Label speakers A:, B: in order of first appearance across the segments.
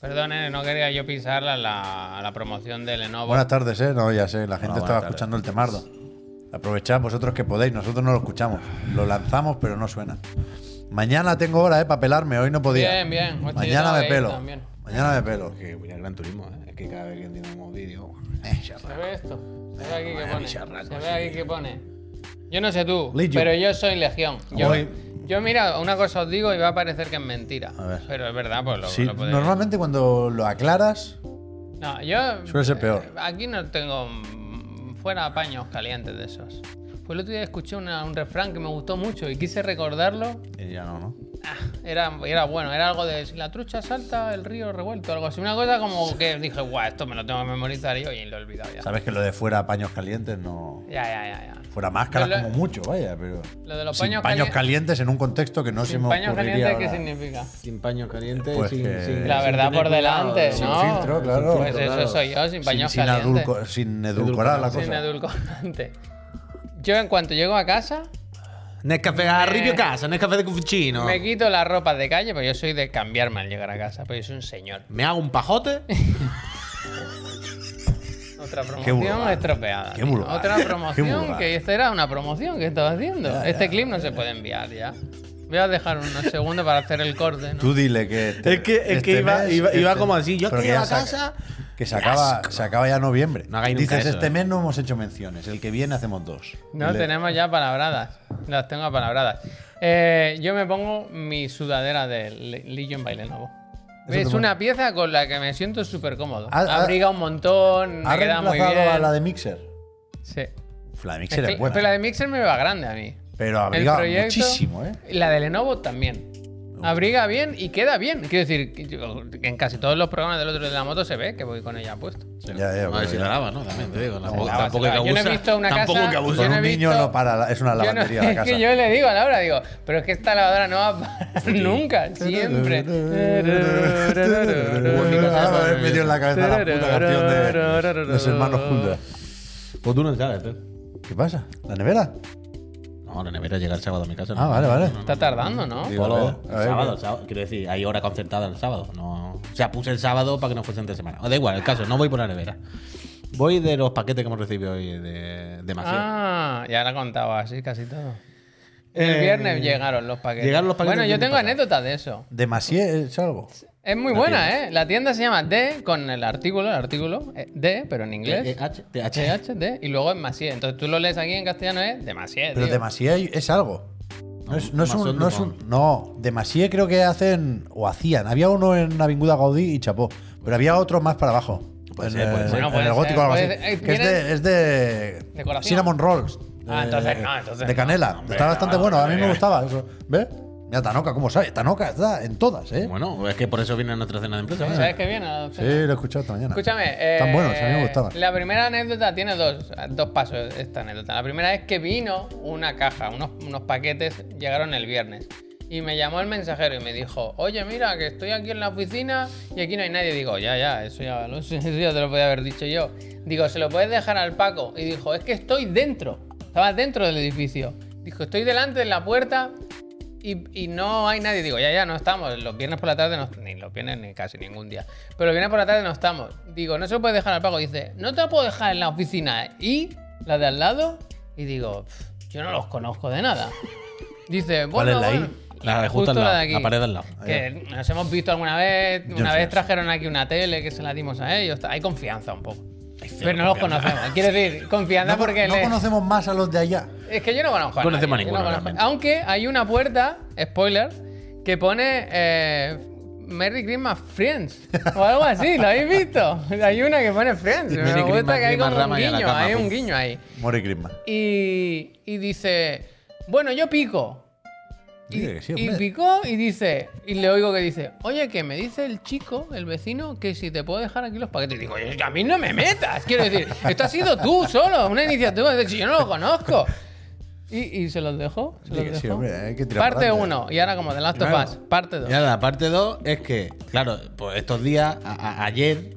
A: Perdón, eh, no quería yo pisar la, la, la promoción de Lenovo.
B: Buenas tardes, ¿eh? No, ya sé, la gente
C: buenas
B: estaba
C: tardes.
B: escuchando el temardo. Aprovechad vosotros que podéis, nosotros no lo escuchamos. Lo lanzamos, pero no suena. Mañana tengo hora, ¿eh? Para pelarme, hoy no podía.
A: Bien, bien. Hostia, yo
B: Mañana me
A: tengo que ir
B: pelo.
A: también.
B: Mañana me pelo.
C: Que mira Gran Turismo, ¿eh? Es que cada vez que tenemos vídeo.
B: Eh,
A: ¿Se ve esto? ¿Se ve aquí que
C: Vaya
A: pone?
C: bicharraco,
A: ¿Se
C: sí.
A: ve aquí que pone? Yo no sé tú,
B: Legio.
A: pero yo soy Legión. Yo,
B: Voy.
A: yo, mira, una cosa os digo y va a parecer que es mentira.
B: A ver.
A: Pero es verdad, pues lo,
B: Sí,
A: lo podéis-
B: normalmente cuando lo aclaras,
A: No, yo.
B: Suele ser peor.
A: eh, Aquí no tengo. mm, Fuera paños calientes de esos. Pues el otro día escuché una- un refrán que me gustó mucho y quise recordarlo.
C: Eh,
B: y ya no, ¿no?
A: Ah, Era, era bueno, era algo de si la trucha salta, el río revuelto, algo así. Una cosa como que dije, guau, esto me lo tengo que memorizar y hoy lo he olvidado ya.
B: Sabes que lo de fuera paños calientes no.
A: Ya, ya, ya. ya.
B: Fuera máscaras
A: Pero lo-
B: como mucho, vaya, pero.
A: Lo de los
B: sin
A: paños,
B: paños
A: cali-
B: calientes en un contexto que no se
A: sin
B: me
A: paños
B: ocurriría.
A: calientes, ¿qué
B: ahora.
A: significa?
C: Sin paños calientes,
B: Pues
C: sin,
B: que-
C: sin-
A: La
C: sin
A: verdad
C: tener
A: por delante,
C: cuidado,
A: ¿no?
C: Sin filtro, claro.
B: Sin
A: Pues
C: claro.
A: eso soy yo, sin
B: Sin,
A: paños
B: sin
A: calientes.
B: adulco- sin edulcorar la cosa.
A: Sin edulcorante. Yo en cuanto llego a casa,
C: Nescafé, arriba a casa, Nescafé de cufficino.
A: me
C: Me,
A: quito la ropa de calle, porque yo soy de cambiarme al llegar a casa, porque soy un señor.
C: hago un pajote.
A: Otra
B: Qué
A: promoción
B: vulgar.
A: estropeada.
B: Qué
A: tío.
B: vulgar.
A: Otra
B: Qué
A: promoción,
B: vulgar.
A: que esta era una promoción que estaba haciendo.
B: Ya,
A: este
B: ya,
A: clip no se puede enviar ya. Voy a dejar unos segundos para hacer el corte, ¿no?
B: Tú dile que. este-
C: Es que- es que iba- iba- iba como así, yo
B: pero
C: que
B: ya
C: llego a
B: se ac-
C: casa,
B: Que se acaba, se acaba ya noviembre.
C: No hagáis nunca
B: Dices,
C: eso,
B: este
C: eh.
B: mes no hemos hecho menciones. El que viene hacemos dos.
A: No,
B: Le-
A: tenemos ya palabradas. Las tengo apalabradas. Eh, yo me pongo mi sudadera de Le- Legion by Lenovo.
B: Eso
A: Es
B: te
A: una pieza con la que me siento súper cómodo.
B: Ha- ha-
A: Abriga un montón,
B: Ha
A: me queda muy bien.
B: reemplazado a la de Mixer.
A: Sí.
B: La de Mixer
A: Es
B: es,
A: que-
B: buena.
A: Pero la de Mixer me va grande a mí.
B: Pero
A: El
B: abriga
A: proyecto,
B: muchísimo, ¿eh?
A: La de Lenovo también. Abriga bien y queda bien. Quiero decir, que yo- que en casi todos los programas del otro de la moto se ve que voy con ella puesto.
B: Ya, ya,
C: a ver
B: bueno,
C: si
B: ya.
C: la lava, ¿no? También te digo. Tampoco,
A: pues lava,
C: tampoco
A: se
C: es que
A: lava. Yo no he
C: abusa.
A: visto una
C: tampoco
A: casa
C: que abusa.
A: yo
B: Con
A: no he
B: un niño
A: visto-
B: no para. la- es una
A: Yo no-
B: lavandería la
A: es
B: casa.
A: que yo le digo a Laura, digo, pero es que esta lavadora no va a parar nunca, siempre.
B: Ah, me he metido en la cabeza la puta canción de los hermanos Hulda.
C: Pues tú no sabes, ¿eh?
B: ¿Qué pasa? ¿La nevera?
C: No, la nevera llega el sábado a mi casa.
B: Ah, vale, vale.
A: Está tardando, ¿no?
B: Sí.
C: Solo
B: A ver, a ver,
C: sábado,
B: que-
C: sábado. quiero decir, hay hora concertada el sábado. No, o sea, puse el sábado para que no fuese entre semana. O Da igual, el caso, no voy por la nevera. Voy de los paquetes que hemos recibido hoy de, de Maceo.
A: Ah, ya la contaba así casi todo. El
C: Eh,
A: viernes llegaron los paquetes.
C: llegaron los paquetes
A: Bueno,
C: el
A: yo
C: viernes
A: tengo
C: pasado.
A: anécdotas de eso.
B: Demasié es algo.
A: Es muy buena, ¿eh? La tienda se llama D con el artículo, el artículo eh, D, pero en inglés.
C: TH, TH.
A: TH, D, y luego es Masier. Entonces tú lo lees aquí en castellano, es Demasié.
B: Pero
A: tío.
B: demasié es algo. No es, no es un.
C: Masón
B: No, es un- no, demasié creo que hacen o hacían. Había uno en Avinguda Gaudí y Chapó, pero había otro más para abajo.
C: Puede
B: en,
C: ser, puede
B: eh,
C: ser.
B: en
A: Puede
B: el
A: ser,
B: gótico o algo
A: puede
B: así.
A: ser. Eh,
B: Que es de, es de
A: Decoración.
B: Cinnamon Rolls.
A: Ah,
B: de-
A: entonces no, entonces
B: De canela.
C: no, hombre,
B: Está
C: no,
B: bastante
C: no,
B: bueno. A mí
C: no,
B: me
C: no.
B: gustaba eso. ¿Ves? Mira, Tanoca, ¿cómo sabe? Tanoca está en todas, ¿eh?
C: Bueno, es que por eso viene nuestra cena de empresa. ¿eh?
A: ¿Sabes qué viene? la
B: Sí, lo he escuchado esta mañana.
A: Escúchame.
B: Están
A: eh,
B: buenos, a mí me gustaban.
A: La primera anécdota tiene dos, dos pasos, esta anécdota. La primera es que vino una caja, unos, unos paquetes llegaron el viernes. Y me llamó el mensajero y me dijo, oye, mira, que estoy aquí en la oficina y aquí no hay nadie. Digo, ya, ya, eso ya, lo sé, eso ya te lo podía haber dicho yo. Digo, ¿se lo puedes dejar al Paco? Y dijo, es que estoy dentro. Estaba dentro del edificio. Dijo, estoy delante de la puerta y, y no hay nadie. Digo, ya, ya, no estamos. Los viernes por la tarde, no, ni los viernes ni casi ningún día. Pero los viernes por la tarde no estamos. Digo, no se lo puede dejar al Paco. Dice, no te lo puedo dejar en la oficina. ¿eh?" ¿Y la de al lado? Y digo, "Pff, yo no los conozco de nada. Dice,
B: ¿Cuál
A: bueno,
B: es la I?
A: bueno".
C: La de justo al lado, la pared al lado.
A: Que nos hemos visto alguna vez.
B: Yo
A: Una
B: sé
A: vez
B: eso.
A: trajeron aquí una tele que se la dimos a ellos. Hay confianza un poco.
C: cero
A: Pero no los conocemos. Quiero decir, confianza
B: No,
A: porque
B: no
A: le-
B: conocemos más a los de allá.
A: es que yo no conozco. a
C: No conocemos
A: nadie,
C: a ninguno,
A: yo no
C: realmente.
A: Aunque hay una puerta, spoiler, que pone eh, Merry Christmas Friends o algo así. ¿Lo habéis visto? Hay una que pone Friends.
C: Y
A: Me
C: Merry
A: gusta
C: Christmas,
A: que hay
C: Christmas
A: como un
C: Rama y a la
A: guiño,
C: cama,
A: hay un
C: pum.
A: guiño ahí.
B: Mori Grisman.
A: Y, y dice, bueno, yo pico. Y,
B: Dile que sí,
A: y
B: hombre.
A: picó y dice, y le oigo que dice, oye, que me dice el chico, el vecino, que si te puedo dejar aquí los paquetes. Y digo, "Oye, que a mí no me metas. Quiero decir, esto ha sido tú solo, una iniciativa, de- si yo no lo conozco. Y, y se los dejó. se
B: Dile
A: los
B: que sí,
A: dejó.
B: hombre, hay que tirar para
A: parte
B: adelante.
A: 1, y ahora como The Last of
C: Claro.
A: Us, parte 2.
C: Y ahora la parte 2 es que, claro, pues estos días, a- a- ayer,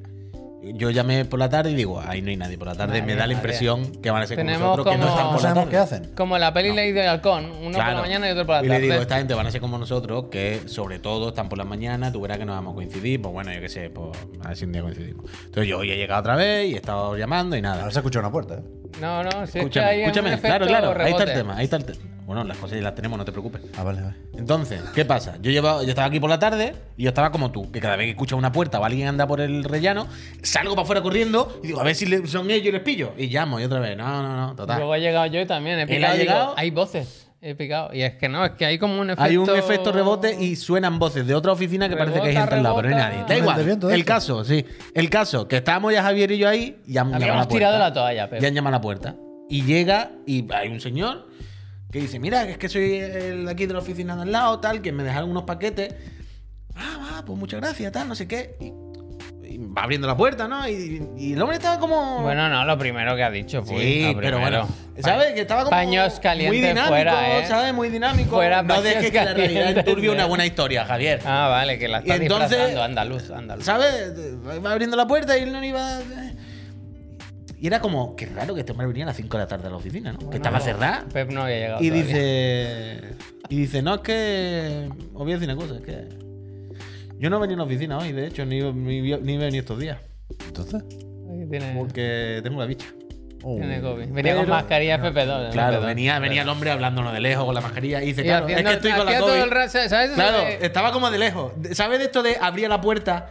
C: Yo llamé por la tarde y digo, ahí no hay nadie por la tarde.
A: Madre,
C: me da la
A: madre.
C: impresión que van a ser como
A: Tenemos
C: nosotros, que no
A: como-
C: están
B: No
C: por la
B: sabemos
C: tarde.
B: qué hacen.
A: Como la peli Ley del Halcón, uno por la
C: Claro.
A: mañana y otro por la
C: Y
A: tarde.
C: le digo, esta gente van a ser como nosotros, que sobre todo están por las mañanas, tú verás que nos vamos a coincidir, pues bueno, yo qué sé, pues a ver si un día coincidimos. Entonces yo hoy he llegado otra vez y he estado llamando y nada.
B: Ahora se escucha una puerta, ¿eh?
A: No, no, si es que
C: Escúchame,
A: ahí es un
C: escúchame,
A: efecto
C: claro, claro, ahí está el
A: rebote.
C: tema, ahí está el tema. Bueno, las cosas ya las tenemos, no te preocupes.
B: Ah, vale, vale.
C: Entonces, ¿qué pasa? Yo, llevaba, yo estaba aquí por la tarde y yo estaba como tú, que cada vez que escucho una puerta o alguien anda por el rellano, salgo para afuera corriendo y digo, a ver si le- son ellos y les pillo. Y llamo y otra vez, no, no, no, total.
A: Luego he llegado yo y también he
C: Él ha
A: picado. digo,
C: llegado-
A: hay voces. He picado. Y es que no, es que hay como un efecto.
C: Hay un efecto rebote y suenan voces de otra oficina que parece que hay
A: Rebota,
C: gente al lado, pero no hay
A: rebota.
C: nadie. Da
B: Con el de
C: igual.
B: viento
C: El
B: este.
C: caso, sí. El caso, que estábamos ya Javier y yo ahí, y han
A: Habíamos tirado la toalla, Pep.
C: Ya han llamado a la puerta. Y llega y hay un señor que dice, mira, que es que soy el de aquí de la oficina de al lado, tal, que me dejaron unos paquetes. Ah, ah, pues muchas gracias, tal, no sé qué. Y, y va abriendo la puerta, ¿no? Y, y el hombre estaba como...
A: Bueno, no, lo primero que ha dicho. pues,
C: Sí,
A: lo
C: pero
A: primero.
C: bueno. ¿Sabes? Que estaba como.
A: Paños calientes
C: muy dinámico,
A: fuera, ¿eh?
C: ¿sabes? Muy dinámico.
A: Fuera
C: no
A: paños
C: dejes que la realidad
A: calientes,
C: enturbie una
A: ¿eh?
C: buena historia, Javier.
A: Ah, vale, que la
C: Y
A: está
C: entonces-
A: disfrazando. Andaluz, andaluz.
C: ¿Sabes? Va abriendo la puerta y él no iba. Y era como, qué raro que este hombre venía a las 5 de la tarde a la oficina, ¿no? que estaba cerrada.
A: Pep no había llegado.
C: Y
A: todavía.
C: dice. Y dice, no, es que. Os voy a decir una cosa, es que. Yo no venía a la oficina hoy, de hecho, ni, ni, ni iba a venir estos días.
B: Entonces.
A: Ahí Tiene,
C: Porque tengo la bicha.
B: Oh.
A: tiene COVID. Venía con
C: Pero-
A: mascarilla FP2. ¿no?
C: Claro,
A: Perdón.
C: venía, venía el hombre hablándonos de lejos con la mascarilla y dice,
A: Y
C: claro,
A: haciendo-
C: es que estoy con la
A: hacía
C: COVID.
A: todo el rato, ¿sabes?
C: Claro,
A: Eso de-
C: estaba como de lejos. ¿Sabes de esto de abría la puerta?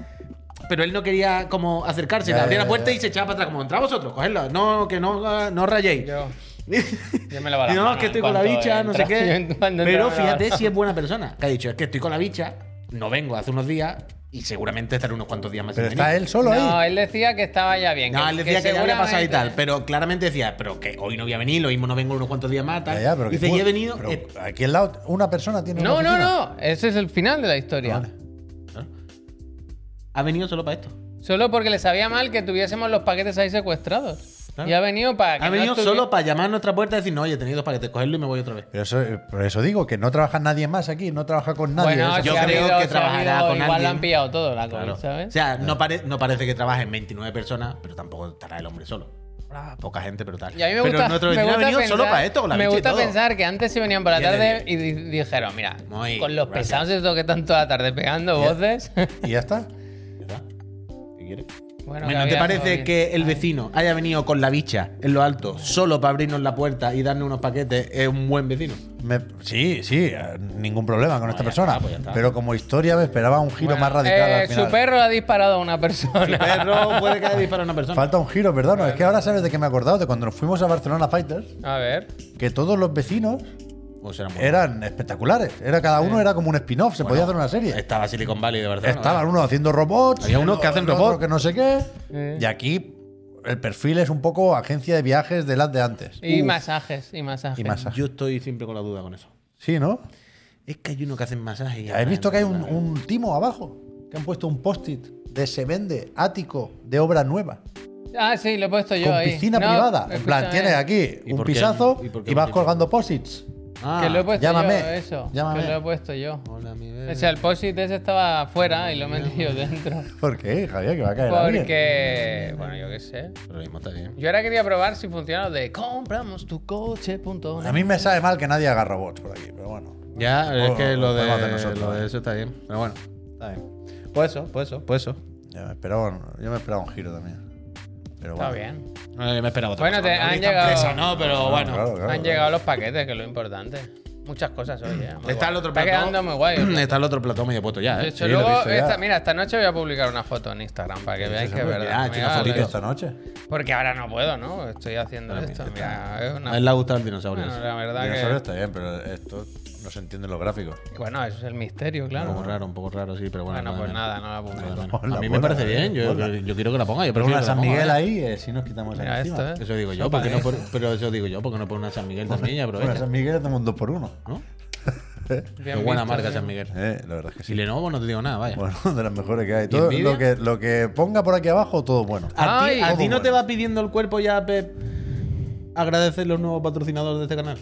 C: Pero él no quería como acercarse,
B: Ya,
C: le abría
B: ya,
C: la puerta
B: ya.
C: y se echaba para atrás, como entra vosotros, cogedla, no, que no, ah, no rayéis.
A: Yo,
C: Y
A: yo me lavaba la
C: no,
A: mano
C: es que estoy
A: en
C: con la
A: cuanto
C: bicha, no sé
A: entra- yo en
C: qué.
A: cuanto
C: Pero
A: entraba me lavaba
C: fíjate
A: la-
C: si es buena persona, que ha dicho, es que estoy con la bicha, no vengo hace unos días y seguramente estaré unos cuantos días más
B: Pero
C: sin
B: está
C: venir".
B: él solo
A: No,
B: ahí.
A: él decía que estaba ya bien.
C: No, él decía que, ya había pasado y tal,
A: seguramente-
C: pero claramente decía, pero que hoy no voy a venir, lo mismo no vengo unos cuantos días más, tal.
B: Ya, ya, pero que
C: Dice,
B: tú-
C: y he venido.
B: pero
C: eh,
B: aquí al lado, una persona tiene.
A: No,
B: una
A: no,
B: oficina.
A: no. Ese es el final de la historia.
B: Vale.
C: ha venido solo para esto.
A: Solo porque le sabía mal que tuviésemos los paquetes ahí secuestrados.
C: Claro.
A: Y ha venido para que.
C: Ha
A: no
C: venido
A: estuvi-
C: solo para llamar a nuestra puerta y decir, no, oye, tenéis dos paquetes, cogerlo y me voy otra vez.
B: Pero eso, por eso digo que no trabaja nadie más aquí, no trabaja con nadie.
A: Bueno,
B: Eso-
A: si
C: Yo
A: ha
C: creo
A: habido-
C: que
A: si ha
C: trabajará
A: habido-
C: con
A: Igual
C: alguien.
A: lo han pillado todo la COVID,
C: Claro. O
A: ¿sabes?
C: sea, no, pare- no parece que trabajen 29 personas, pero tampoco estará el hombre solo. Habrá poca gente, pero tal.
A: Ah. y a mí me
C: pero
A: gusta,
C: nuestro
A: me
C: vecino ha
A: gusta
C: venido
A: pensar-
C: solo para esto, con la
A: Me
C: bicha y
A: gusta
C: todo.
A: pensar que antes se venían por la
C: Ya le
A: tarde y di- dijeron, mira,
C: Muy
A: con los
C: gracias.
A: pesados estos que están toda la tarde pegando
B: Ya.
A: voces.
B: Y ya está.
C: Ya está. ¿Qué quieres?
A: bueno,
C: Hombre,
A: que
C: ¿No te
A: había
C: parece
A: COVID.
C: que el vecino haya venido con la bicha en lo alto solo para abrirnos la puerta y darnos unos paquetes? Es un buen vecino.
B: Me- sí, sí, eh, ningún problema con esta
C: ya
B: persona.
C: está, pues ya está.
B: pero como historia me esperaba un giro
A: Bueno,
B: más radical.
A: eh,
B: al final.
A: Su perro le ha disparado a una
C: El
A: persona.
C: perro puede que haya disparado a una persona.
B: Falta un giro, perdón. Es que ahora sabes de qué me he acordado, de cuando nos fuimos a Barcelona Fighters,
A: A ver.
B: que todos los vecinos
C: O será un buen-
B: eran espectaculares. Era cada uno era como un spin-off, se podía hacer una serie.
C: Estaba Silicon Valley de Barcelona.
B: Estaban unos haciendo robots,
C: Había unos
B: el-
C: que hacen
B: el otro
C: robots.
B: que no sé qué.
A: Eh.
B: Y aquí el perfil es un poco agencia de viajes de las de antes.
A: Y
B: Uf.
A: masajes, y masajes.
B: Y masajes.
C: Yo estoy siempre con la duda con eso.
B: Sí, ¿no?
C: Es que hay uno que hacen masaje. y-
B: ¿Habéis visto que hay un, un timo abajo? Que han puesto un post-it de se vende ático de obra nueva.
A: Ah, sí, lo he puesto yo
B: con
A: ahí.
B: piscina
A: No, eh,
B: privada. En plan,
A: escúchame,
B: tienes aquí
C: ¿Y
B: un
C: por qué-
B: pisazo
C: y por qué
B: y vas
C: no tiene-
B: colgando posits.
C: Ah,
A: Que lo he puesto
B: llámame,
A: yo, eso.
B: llámame.
A: Que lo he puesto yo.
C: Hola, mi bebé.
A: O sea, el post ese estaba afuera y lo he metido dentro.
B: ¿Por qué, Javier? Que va a caer alguien.
A: Porque, bueno, yo qué sé.
C: Pero lo mismo está bien.
A: Yo ahora quería probar si funciona lo de compramos tu coche. Punto.
B: A mí me sabe mal que nadie haga robots por aquí, pero bueno.
C: Ya, es
B: Bueno,
C: que
B: lo
C: lo de,
B: podemos Oh, hacer nosotros,
C: lo de
B: ¿eh?
C: eso está bien. Pero bueno, está bien. Pues eso, pues eso, pues eso.
B: Ya me esperaba un- yo me esperaba un giro también. Pero
A: Está
B: bueno.
A: bien.
C: No,
B: Eh,
C: yo me esperaba otra
A: Bueno,
C: cosa.
A: te-
C: No,
A: han
C: esta
A: llegado-
C: empresa no, pero bueno.
B: Claro, claro,
A: Han
B: claro.
A: llegado los paquetes, que es lo importante. Muchas cosas hoy, eh. Muy
C: Está
A: guay.
C: el otro
A: Está
C: plató.
A: quedando muy guay. De
C: Está el otro plató medio puesto ya, ¿eh?
A: hecho,
B: sí, lo he
A: luego,
B: visto ya.
A: esta- mira, esta noche voy a publicar una foto en Instagram para que veáis que es
C: hombre,
A: verdad.
C: mira, ha hecho
A: Mira,
C: una fotito.
A: lo-
B: esta noche?
A: Porque ahora no puedo, ¿no? Estoy haciendo
C: Ahora
A: esto.
C: mira,
A: Mira, es una-
C: A él le ha gustado el dinosaurio.
A: bueno,
C: ese.
A: la
B: Dinosaurio
A: verdad
B: está bien, pero esto no se entienden los gráficos.
A: que. Bueno, eso es el misterio,
C: Un poco
A: claro.
C: raro, un poco raro, sí, pero bueno.
A: Bueno,
C: más
A: pues
C: o menos.
A: nada, no la
C: Más o
A: publico.
C: menos.
B: Hola,
C: A mí me
B: hola,
C: parece bien, yo,
B: hola.
C: yo quiero que la ponga. Yo
B: Pero
C: prefiero
B: una
C: que la
B: San
C: ponga,
B: Miguel
C: ¿eh?
B: ahí, eh, si nos quitamos la
A: Mira
B: encima.
A: esto, eh.
C: Eso digo yo,
A: Sopa
C: porque
A: de
C: no por- pero eso digo yo, porque no pone una San Miguel también y
B: Una
C: aprovecha.
B: San Miguel hacemos dos por uno.
C: ¿no? Qué
A: Bien
C: buena
A: visto,
C: marca
A: bien.
C: San Miguel.
B: Eh, la verdad es que
C: Y
B: sí.
C: Lenovo no te digo nada, vaya.
B: Bueno, de las mejores que hay. Todo,
C: Nvidia? Ah,
B: lo, que, lo que ponga por aquí abajo, todo bueno.
C: ¿A ti,
A: Ay.
C: a ti
B: Todo
C: no te
B: bueno.
C: va pidiendo el cuerpo ya, Pep, agradecer los nuevos patrocinadores de este canal?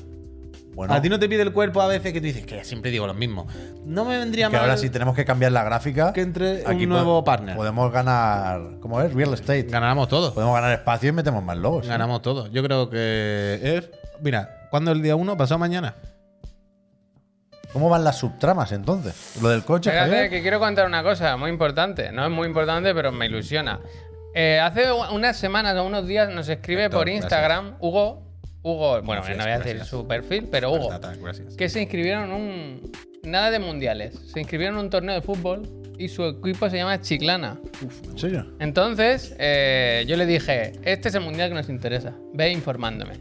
B: Bueno,
C: A ti no te pide el cuerpo a veces que tú dices que siempre digo lo mismo. No me vendría
B: que
C: mal.
B: ahora sí tenemos que cambiar la gráfica.
C: que entre un
B: po-
C: nuevo partner.
B: Podemos ganar. ¿Cómo es? Real estate.
C: Ganamos todos.
B: Podemos ganar espacio y metemos más logos.
C: Ganamos todos. Yo creo que es. Mira, ¿cuándo es el día 1? Pasado mañana.
B: ¿Cómo van las subtramas entonces? Lo del coche.
A: Espérate,
B: Javier?
A: que quiero contar una cosa muy importante. No es muy importante, pero me ilusiona. Eh, hace u- unas semanas o unos días nos escribe
C: Perfecto,
A: por Instagram Hugo. Hugo, bueno,
C: Gracias,
A: no voy a decir
C: gracias.
A: su perfil, pero Hugo.
C: Patata, Pues gracias.
A: Que se inscribieron en un. Nada de mundiales. Se inscribieron en un torneo de fútbol y su equipo se llama Chiclana.
B: ¿En serio?
A: Entonces, eh, yo le dije, este es el mundial que nos interesa, ve informándome.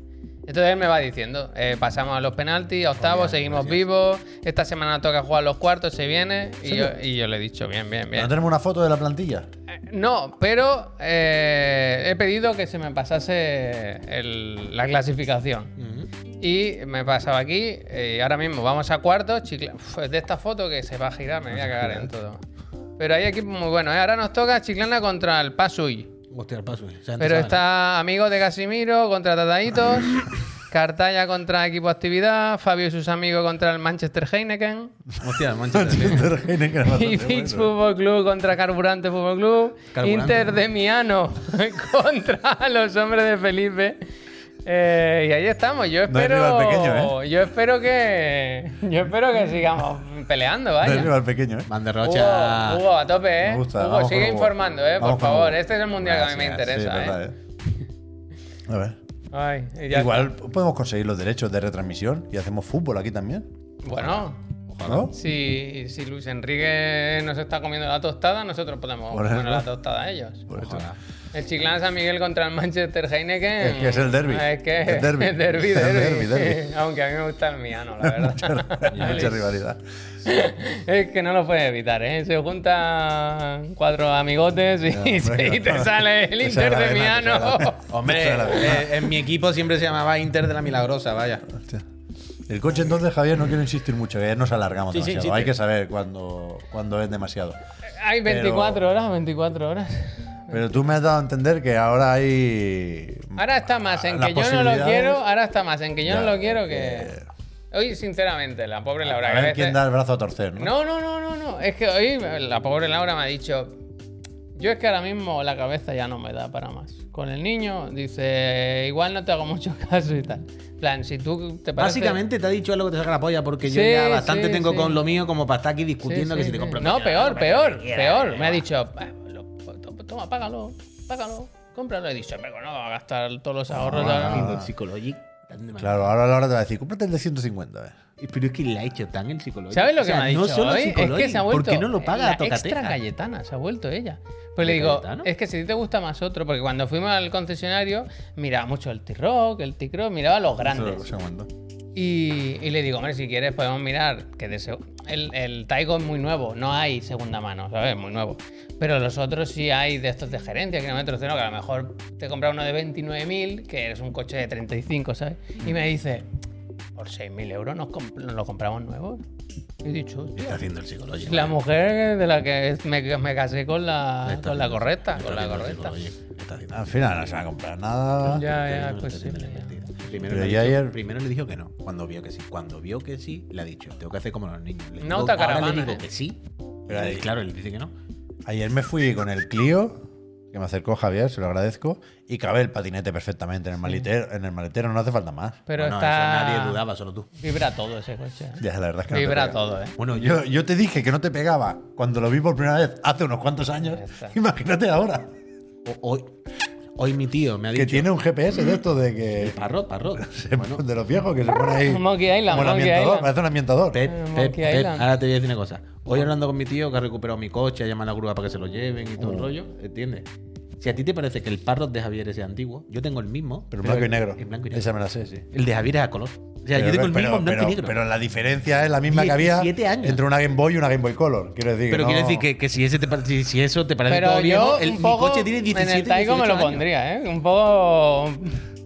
A: Entonces él me va diciendo, eh, pasamos a los penaltis, a octavos, seguimos vivos, esta semana toca jugar los cuartos, se viene, y yo, y yo le he dicho, bien, bien,
B: ¿No
A: bien.
B: tenemos una foto de la plantilla?
A: Eh, No, pero eh, he pedido que se me pasase el- la clasificación. Y me he pasado aquí, eh, y ahora mismo vamos a cuartos, chicle- Uf, es de esta foto que se va a girar, me voy a cagar en todo. Pero hay equipos muy buenos, ¿eh? ahora nos toca Chiclana contra el Pasuy.
C: Hostia, el paso. eh. O sea, antes
A: Pero
C: saben.
A: está Amigos de Casimiro contra Tataditos, Cartaya contra Equipo Actividad, Fabio y sus amigos contra el Manchester Heineken,
C: ¿eh? Hostia, el Manchester.
A: y Fix Fútbol Club contra Carburante Fútbol Club,
C: Carburante,
A: Inter
C: ¿no?
A: de Miano contra los hombres de Felipe. Eh, y ahí estamos. Yo
B: No hay
A: espero,
B: rival pequeño, ¿eh?
A: yo espero que, yo espero que sigamos peleando,
B: No
A: vaya.
B: es rival pequeño, ¿eh?
C: Van der
A: Hugo,
C: Rocha.
A: Hugo, a tope, eh.
B: Me gusta,
A: Hugo,
B: vamos
A: sigue
B: con Hugo.
A: informando, eh,
B: Vamos
A: por
B: con
A: favor.
B: Hugo.
A: Este es el mundial que a mí me
C: Gracias,
A: interesa,
B: Sí,
A: eh.
B: verdad, ¿eh? A ver.
A: Ay, y ya
B: Igual podemos conseguir los derechos de retransmisión y hacemos fútbol aquí también.
A: está. Bueno,
B: ¿No?
A: si, si Luis Enrique nos está comiendo la tostada, nosotros podemos
B: Por
A: comer
B: eso.
A: la tostada a ellos.
B: Por eso.
A: El Chiclán San Miguel contra el Manchester Heineken. Ah,
B: Es que es el derbi.
A: Es que
B: Es derbi.
A: es derbi,
B: Es
A: derbi.
B: derbi, derbi.
A: Aunque a mí me gusta el miano, la verdad.
B: Hay mucha rivalidad.
A: es que no lo puedes evitar, ¿eh? Se juntan cuatro amigotes y,
B: hombre,
A: y te
B: claro.
A: sale el
B: Te
A: Inter
B: sale
A: de
B: la vena, te sale la
A: Miano.
B: vena.
C: Hombre,
B: Mucho de la verdad.
C: eh, en mi equipo siempre se llamaba Inter de la Milagrosa, vaya.
B: Hostia. El coche entonces, Javier, no quiero insistir mucho, que ya nos alargamos
C: Sí, sí,
B: demasiado.
C: insiste.
B: Hay que saber cuándo, cuándo es demasiado.
A: Hay 24 horas, 24 horas.
B: Pero tú me has dado a entender que ahora hay...
A: Ahora está más en
B: Ah, Las
A: que yo no lo
B: posibilidades-
A: quiero, ahora está más en que yo
B: Ya,
A: no lo quiero que. Hoy, sinceramente, la pobre
B: A
A: Laura. que a
B: ver
A: veces-
B: quién da el brazo a torcer, ¿no?
A: No, no, no, no, no. Es que hoy la pobre Laura me ha dicho. Yo es que ahora mismo la cabeza ya no me da para más. Con el niño, dice, igual no te hago mucho caso y tal. En plan, si tú te parece.
C: Básicamente te ha dicho algo que te saca la polla, porque yo
A: Sí,
C: ya bastante
A: sí,
C: tengo
A: sí.
C: con lo mío como para estar aquí
A: Sí,
C: discutiendo
A: sí,
C: que si te
A: sí.
C: compras
A: No,
C: mañana,
A: peor,
C: compras lo
A: peor,
C: que quieras,
A: peor.
C: eh,
A: Me ha
C: va.
A: dicho, "Ah, lo- to- toma, págalo, págalo, cómpralo. He dicho, pero no va a gastar todos los ahorros. ahora".
C: Haciendo el psicológico. tan de mal.
B: Claro, ahora Laura te va a decir, cómprate el de 150, a ver.
C: Y- Pero es que le ha hecho tan el psicológico.
A: ¿Sabes lo
C: O
A: que
C: sea,
A: me ha dicho?
C: No solo
A: hoy? Es
C: psicológico.
A: que se ha
C: ¿Por
A: vuelto.
C: qué no lo paga
A: la
C: a Tocateja?
A: Extra Cayetana, se ha vuelto ella. Pues
C: ¿De
A: le digo,
C: Cayetano?
A: es que si a ti te gusta más otro, porque cuando fuimos al concesionario, miraba mucho el T-Rock, el T-Cross, miraba los
B: Eso
A: grandes.
B: se aguantó.
A: Y, y le digo, hombre, si quieres podemos mirar, que de seg- el, el Taigo es muy nuevo, no hay segunda mano, ¿sabes? Muy nuevo. Pero los otros sí hay de estos de gerencia, kilómetro cero, que a lo mejor te compra uno de 29.000, que es un coche de 35, ¿sabes? Y me dice, por 6.000 euros nos, comp- nos lo compramos nuevo. Y he dicho, "Hostia,
C: Está haciendo el psicológico.
A: la mujer de la que me, me casé con la, con la correcta, con la correcta.
B: Al final no se va a comprar nada.
A: Ya, ya, es posible.
C: Primero,
B: Pero
C: le
B: ya
C: ha dicho-
B: ayer-
C: primero le dijo que no. Cuando vio que sí. Cuando vio que sí, le ha dicho. Tengo que hacer como los niños. Le
A: No
C: digo-
A: te
C: ahora
A: acaravana,
C: le digo
A: eh.
C: que sí.
B: Pero ahí-
C: Y claro, él dice que no.
B: Ayer me fui con el Clio, que me acercó Javier, se lo agradezco, y cabe el patinete perfectamente en el maletero, en el maletero no hace falta más.
A: Pero
C: Bueno,
A: está...
C: eso nadie dudaba, solo tú.
A: Vibra todo ese coche. ¿eh?
B: Ya, la verdad es que no te
A: Vibra
B: pega.
A: todo, ¿eh?
C: Bueno,
B: Yo,
C: yo,
B: yo te dije que no te pegaba cuando lo vi por primera vez hace unos cuantos años.
A: Ya está.
B: Imagínate ahora.
C: ho- hoy, hoy mi tío me ha
B: Que
C: dicho.
B: tiene un GPS de esto de que.
C: Parrot, parrot.
B: se-
C: Bueno,
B: de los viejos que se pone ahí.
A: Monkey Island,
B: como un
A: Monkey
B: ambientador,
A: Island.
B: Parece un ambientador.
C: Pep,
A: Eh,
C: Pep,
A: Monkey
C: Pep,
A: Island.
C: ahora te voy a decir una cosa. Hoy hablando con mi tío que ha recuperado mi coche, ha llamado a la grúa para que se lo lleven y todo
B: Oh.
C: el rollo, ¿entiendes? Si a ti te parece que el Parrot de Javier es antiguo, yo tengo el mismo.
B: Pero en blanco y
C: el-
B: negro.
C: En blanco y
B: Esa
C: negro.
B: me la sé, sí.
C: El de Javier es a color. O sea,
B: Pero-
C: yo tengo el
B: pero-
C: mismo en blanco
B: pero-
C: y negro.
B: Pero la diferencia es la misma que había
C: 17 años.
B: entre una Game Boy y una Game Boy Color. Quiero decir.
C: Pero
B: no-
C: quiero decir que, que si, ese te pare- si, si eso te parece
A: Pero
C: todo viejo,
A: yo
C: el,
A: un
C: mi
A: poco
C: coche tiene 17
A: en el Taigo me lo
C: 18 años.
A: pondría, ¿eh? Un poco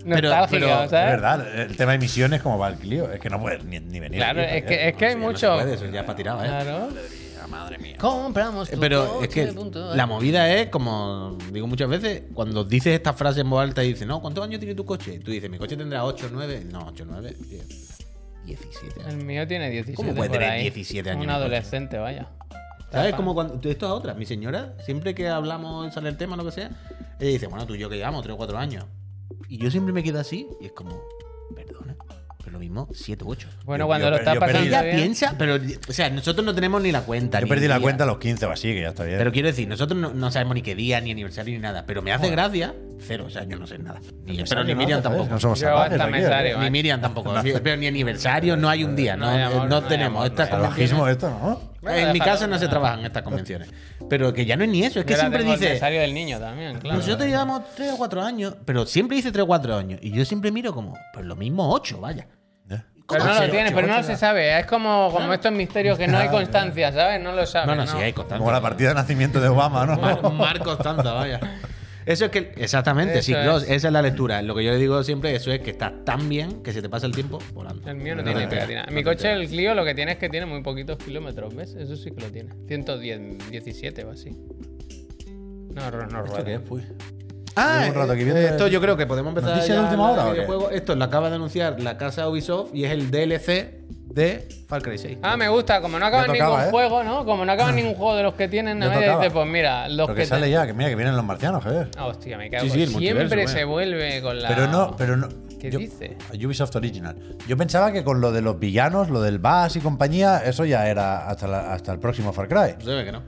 A: nostálgico,
C: pero-
B: Es
A: ¿sabes?
B: verdad, el tema de emisiones como va el Clio. Es que no puedes ni, ni venir.
A: Claro,
B: aquí,
A: es
B: Javier.
A: que, es que hay
C: Sí, no se
A: mucho...
C: puede, eso ya es para tirado, ¿eh?
A: Claro.
B: Madre mía.
A: Compramos tu
C: Pero
A: coche,
C: es que
A: punto, ¿eh?
C: la movida es, como digo muchas veces, cuando dices esta frase en voz alta y dices, no, ¿cuántos años tiene tu coche? Y tú dices, mi coche tendrá 8, 9. No, 8, 9. 17
A: El
C: años.
A: mío tiene 17
C: ¿Cómo puede
A: por
C: tener
A: ahí.
C: 17 años
A: Un
C: mi coche?
A: adolescente, vaya.
C: ¿Sabes? Como cuando. Esto es otra. Mi señora, siempre que hablamos, sale el tema, lo que sea, ella dice, bueno, tú y yo que llevamos 3 o 4 años. Y yo siempre me quedo así y es como, perdona. Pero lo mismo, 7 u 8.
A: Bueno,
B: Yo-
A: cuando
B: yo-
A: lo estás
B: yo perdí-
A: pasando
B: Está
C: Ella
A: bien,
C: piensa, pero. O sea, nosotros no tenemos ni la cuenta.
B: Yo
C: ni
B: perdí la
C: día.
B: cuenta a los 15 o así, que ya está bien.
C: Pero quiero decir, nosotros no, no sabemos ni qué día, ni aniversario, ni nada. Pero me hace gracia, cero. O sea, yo no sé nada. Ni- pero ni
B: No,
C: Miriam
B: ¿sabes?
C: tampoco.
B: No somos
A: Yo
B: salvajes
A: hasta
B: aquí,
A: me
B: ¿eh?
A: sale.
C: Ni Miriam tampoco. Ni- Pero ni aniversario, no hay un día. No,
A: No hay amor,
C: no
A: no hay
C: tenemos.
A: amor,
C: Estas
A: no hay amor.
B: Salvajismo
C: convenciones-
B: esto, ¿no?
A: Bueno,
C: en mi
A: déjalo,
C: casa no se
A: déjalo.
C: trabajan estas convenciones. Pero que ya no es ni eso. Es que
A: yo la
C: siempre
A: tengo el
C: dice.
A: necesario del niño también, claro.
C: Nosotros llevamos 3 o 4 años, pero siempre dice 3 o 4 años. Y yo siempre miro como, pues lo mismo 8, vaya.
B: Ya.
A: Pero no lo tienes, pero no se
C: se
A: sabe. ¿eh? Es como, como estos misterios que no hay constancia, ¿sabes? No lo sabes.
C: No, no, sí, hay constancia.
B: Como la partida de nacimiento de Obama, ¿no?
C: Mar, Mar Constanza, vaya. Eso es que. Exactamente,
A: Eso
C: sí, Cross,
A: es.
C: esa es la lectura. Lo que yo le digo siempre, eso es que estás tan bien que se te pasa el tiempo volando.
A: El mío no,
C: te
A: tiene
C: enteras,
A: pegatina.
C: no
A: Mi
C: te
A: coche,
C: enteras.
A: el Clio, lo que tiene es que tiene muy poquitos kilómetros, ¿ves? Eso sí que lo tiene. 110, 17 o así. No, no, no rueda.
C: Ah,
B: Llevo un rato aquí
C: eh,
B: viendo
C: esto
B: el-
C: yo creo que podemos empezar.
B: ¿Noticia
C: ya
B: de última
C: a
B: hora
C: hablar
B: o qué?
C: videojuegos. Esto lo acaba de anunciar la casa Ubisoft y es el DLC de Far Cry 6.
A: Ah, me gusta. Como no acaban
B: Ya tocaba,
A: ningún
B: ¿eh?
A: juego, ¿no? Como no
C: Ah.
A: acaban ningún juego de los que tienen,
B: Ya
A: a media
B: tocaba.
A: dice, pues mira, los
B: Lo
A: que
B: que
A: te-
B: sale ya, que mira, que vienen los marcianos, joder.
A: Ah, hostia, me cago.
C: Sí, sí, el multiverso,
A: Siempre
C: vaya.
A: se vuelve con la.
B: Pero no, pero no.
A: ¿Qué
B: yo-
A: dice?
B: Ubisoft Original. Yo pensaba que con lo de los villanos, lo del Bass y compañía, eso ya era hasta, la- hasta el próximo Far Cry.
C: Se ve que no.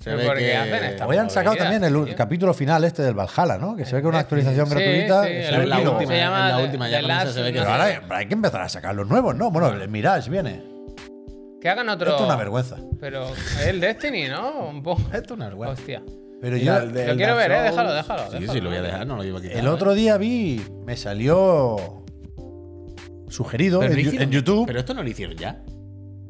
C: Se
A: Pero
C: ve
A: ¿por qué
C: que.
A: hacen esta
B: Hoy han
A: Joder,
B: sacado
A: mira,
B: también el,
A: tío.
B: capítulo final este del Valhalla, ¿no? Que se ve que una actualización
A: Sí,
B: gratuita.
A: sí,
B: que
A: el
B: sale
C: la
A: último.
B: kilo.
C: última,
A: Se
C: es
A: llama
C: la
A: The-
C: última, ya
A: The
C: con esa
A: Last
C: se ve que
A: no
B: Pero
A: sé
B: ahora hay- hay que empezar a sacar los nuevos, ¿no? Bueno, el Mirage viene.
A: Que hagan otro.
B: Esto es una vergüenza.
A: Pero es el Destiny, ¿no? Un poco.
C: Esto es una vergüenza.
A: Hostia.
B: Pero
C: Mira,
B: yo,
C: el de-
A: Lo
C: el
A: quiero
C: Dark
A: ver, ¿eh?
C: Souls-
A: Déjalo, déjalo,
C: Sí, sí,
A: déjalo.
C: lo voy a dejar, no lo llevo aquí.
B: El otro día vi, me salió sugerido en, Yu- en YouTube.
C: Pero esto no lo hicieron ya.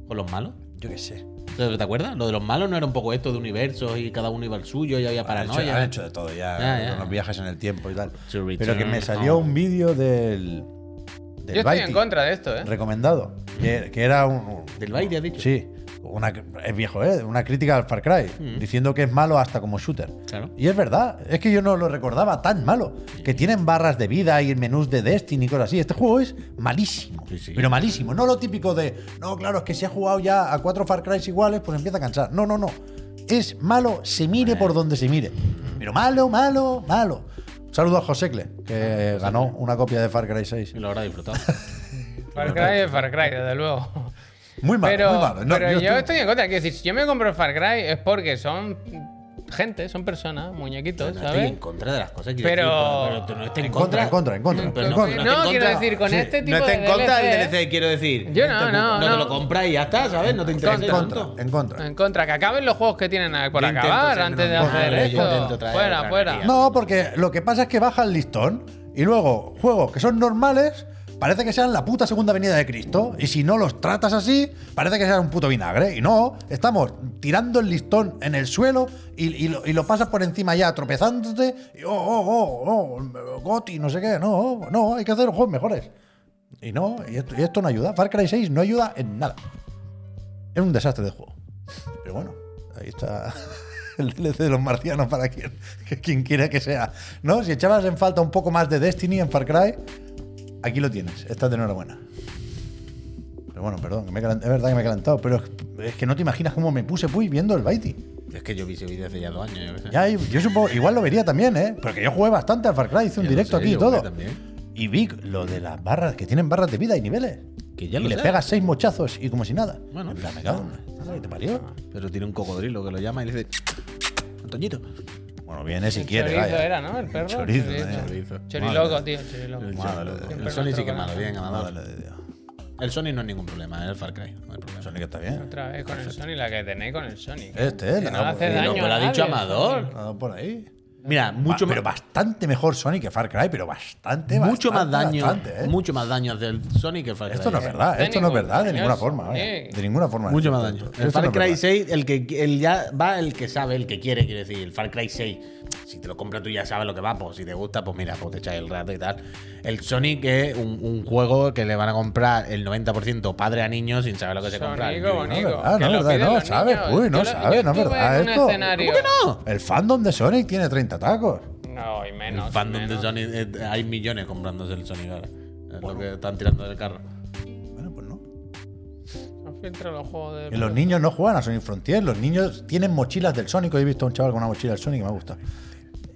C: Con los malos.
B: yo qué sé.
C: ¿Te te acuerdas? Lo de los malos no era un poco esto de universos y cada uno iba al suyo y había
B: Han hecho, han
C: paranoia.
B: hecho de todo ya,
C: Ya, ya,
B: con los
C: ya.
B: viajes en el tiempo y tal.
C: To
B: Pero que me
C: return
B: salió
C: home.
B: un vídeo del. del
A: Yo estoy en
B: Baiti,
A: contra de esto, ¿eh?
B: Recomendado. Que, que era un. un-
C: Del Baiti, has dicho.
B: Sí. Una, es viejo, ¿eh? Una crítica al Far Cry. Diciendo que es malo hasta como shooter.
C: Claro.
B: Y es verdad, es que yo no lo recordaba tan malo. Que tienen barras de vida y menús de Destiny y cosas así. Este juego es malísimo.
C: Sí, sí.
B: Pero malísimo. No lo típico de, no, claro, es que si ha jugado ya a cuatro Far Cry iguales, pues empieza a cansar. No, no, no. Es malo, se mire por donde se mire. Pero malo, malo, malo. Un saludo a Josecle, que ganó una copia de Far Cry 6.
C: Y lo habrá disfrutado.
A: Far Cry es Far Cry, desde luego.
B: Muy malo,
A: pero
B: muy malo. No,
A: pero yo,
B: estoy-
A: estoy en contra. Quiero decir, si yo me compro Far Cry es porque son gente, son personas, muñequitos,
C: No estoy
A: ¿sabes?
C: en contra de las cosas que
A: Pero-
C: pero tú no estás
B: En contra, en contra, en contra.
C: Pero
B: en
C: no,
B: contra.
C: no,
A: no,
C: te contra.
A: quiero decir, con
B: Sí,
A: este tipo
C: No estás
A: de
C: en contra
A: DLC,
C: del DLC, quiero decir.
A: Yo no,
C: te-
A: no,
C: No te
A: no.
C: lo compras y ya está, ¿sabes? No te interesa.
B: En
C: tanto.
B: contra, en contra.
A: En contra, que acaben los juegos que tienen por
C: Yo intento
A: acabar
C: ser
A: antes de
C: menos
A: hacer
C: malo, yo
A: esto.
C: intento traer
A: Fuera,
C: otra
A: fuera.
C: energía.
B: No, porque lo que pasa es que baja el listón y luego juegos que son normales parece que sean la puta segunda venida de Cristo y si no los tratas así parece que sean un puto vinagre y no, estamos tirando el listón en el suelo y, y lo, y lo pasas por encima ya tropezándote y oh, oh, oh, oh, goti, no sé qué, no, no, hay que hacer juegos mejores. Y no, y esto, y esto no ayuda. Far Cry 6 no ayuda en nada. Es un desastre de juego. Pero bueno, ahí está el DLC de los marcianos para quien, que- quien quiera que sea. ¿No? Si echabas en falta un poco más de Destiny en Far Cry, aquí lo tienes. Estás de enhorabuena. Pero bueno, perdón, que me he calent- es verdad que me he calentado, pero es, es que no te imaginas cómo me puse puy viendo el Baiti.
C: Es que yo vi ese vídeo hace ya dos años. yo qué sé.
B: Ya, y- yo supongo, igual lo vería también, ¿eh? Porque yo jugué bastante al Far Cry, hice un
C: Ya lo
B: directo
C: sé,
B: aquí y
C: yo jugué
B: todo.
C: también.
B: Y vi lo de las barras, que tienen barras de vida y niveles.
C: Que ya
B: y
C: lo
B: le
C: sé.
B: pegas seis mochazos y como si nada.
C: Bueno, Ah.
B: En plan, me cago en la- ¿Qué te parió?
C: Pero tiene un cocodrilo que lo llama y le dice. Antoñito.
B: Bueno, viene si
A: El
B: quiere,
A: chorizo
B: vaya.
A: era, ¿no? El perro.
B: Chorizo, eh,
C: chorizo.
A: Choriloco, tío, choriloco.
C: El
B: Madre de
A: Dios.
C: el Sony sí que malo, bien ganador.
B: Madre de Dios.
C: El Sony no es ningún problema, el Far Cry. No hay problema.
B: Sonic está bien.
A: Otra vez con el Sony, la que tenéis con el Sony.
C: Eh,
B: Este,
A: Que
B: la-
A: no hace
B: sí,
A: daño.
C: lo- lo
A: a
C: ha
A: nadie,
C: dicho
A: el
C: Amador.
A: Sony.
B: Ha dado por ahí.
C: Mira, mucho
B: Mucho pero
C: más.
B: bastante mejor Sonic que Far Cry, pero bastante,
C: Mucho más
B: bastante,
C: daño.
B: bastante, ¿eh?
C: Mucho más daño hace el Sony que el Far Cry.
B: Esto no es verdad,
A: De
B: esto no es
A: ningún-
B: verdad de ninguna
A: señor,
B: forma. vaya.
A: sí.
B: De ninguna forma.
C: Mucho más
B: Esto-
C: daño.
B: esto
C: El Far
B: no es
C: Cry
B: verdad.
C: 6, el que el ya va el que sabe, el que quiere, quiere decir, el Far Cry 6. Si te lo compras tú ya sabes lo que va, pues si te gusta, pues mira, pues te echas el rato y tal. El Sonic es un, un juego que le van a comprar el 90% padre a niños sin saber lo que se compra.
A: Sonico,
B: No es
A: bonico.
B: verdad, Ah, no
A: que lo
B: es verdad,
A: piden
B: no
A: los
B: sabes,
A: niños.
B: uy, no
A: Yo lo-
B: sabes,
A: yo
B: no es
A: estuve
B: verdad
A: en un
B: esto.
A: escenario-
C: ¿Cómo
B: El fandom de Sonic tiene 30 tacos.
A: No, y
C: El
A: menos.
C: fandom de
A: menos.
C: eh, Sonic, eh, hay millones comprándose el Sonic ahora. Es lo que están tirando del carro.
B: Bueno, pues no.
A: No filtra los juegos de.
B: Y los niños no juegan a Sonic Frontier, los niños tienen mochilas del Sonic. Hoy he visto a un chaval con una mochila del Sonic, me gusta.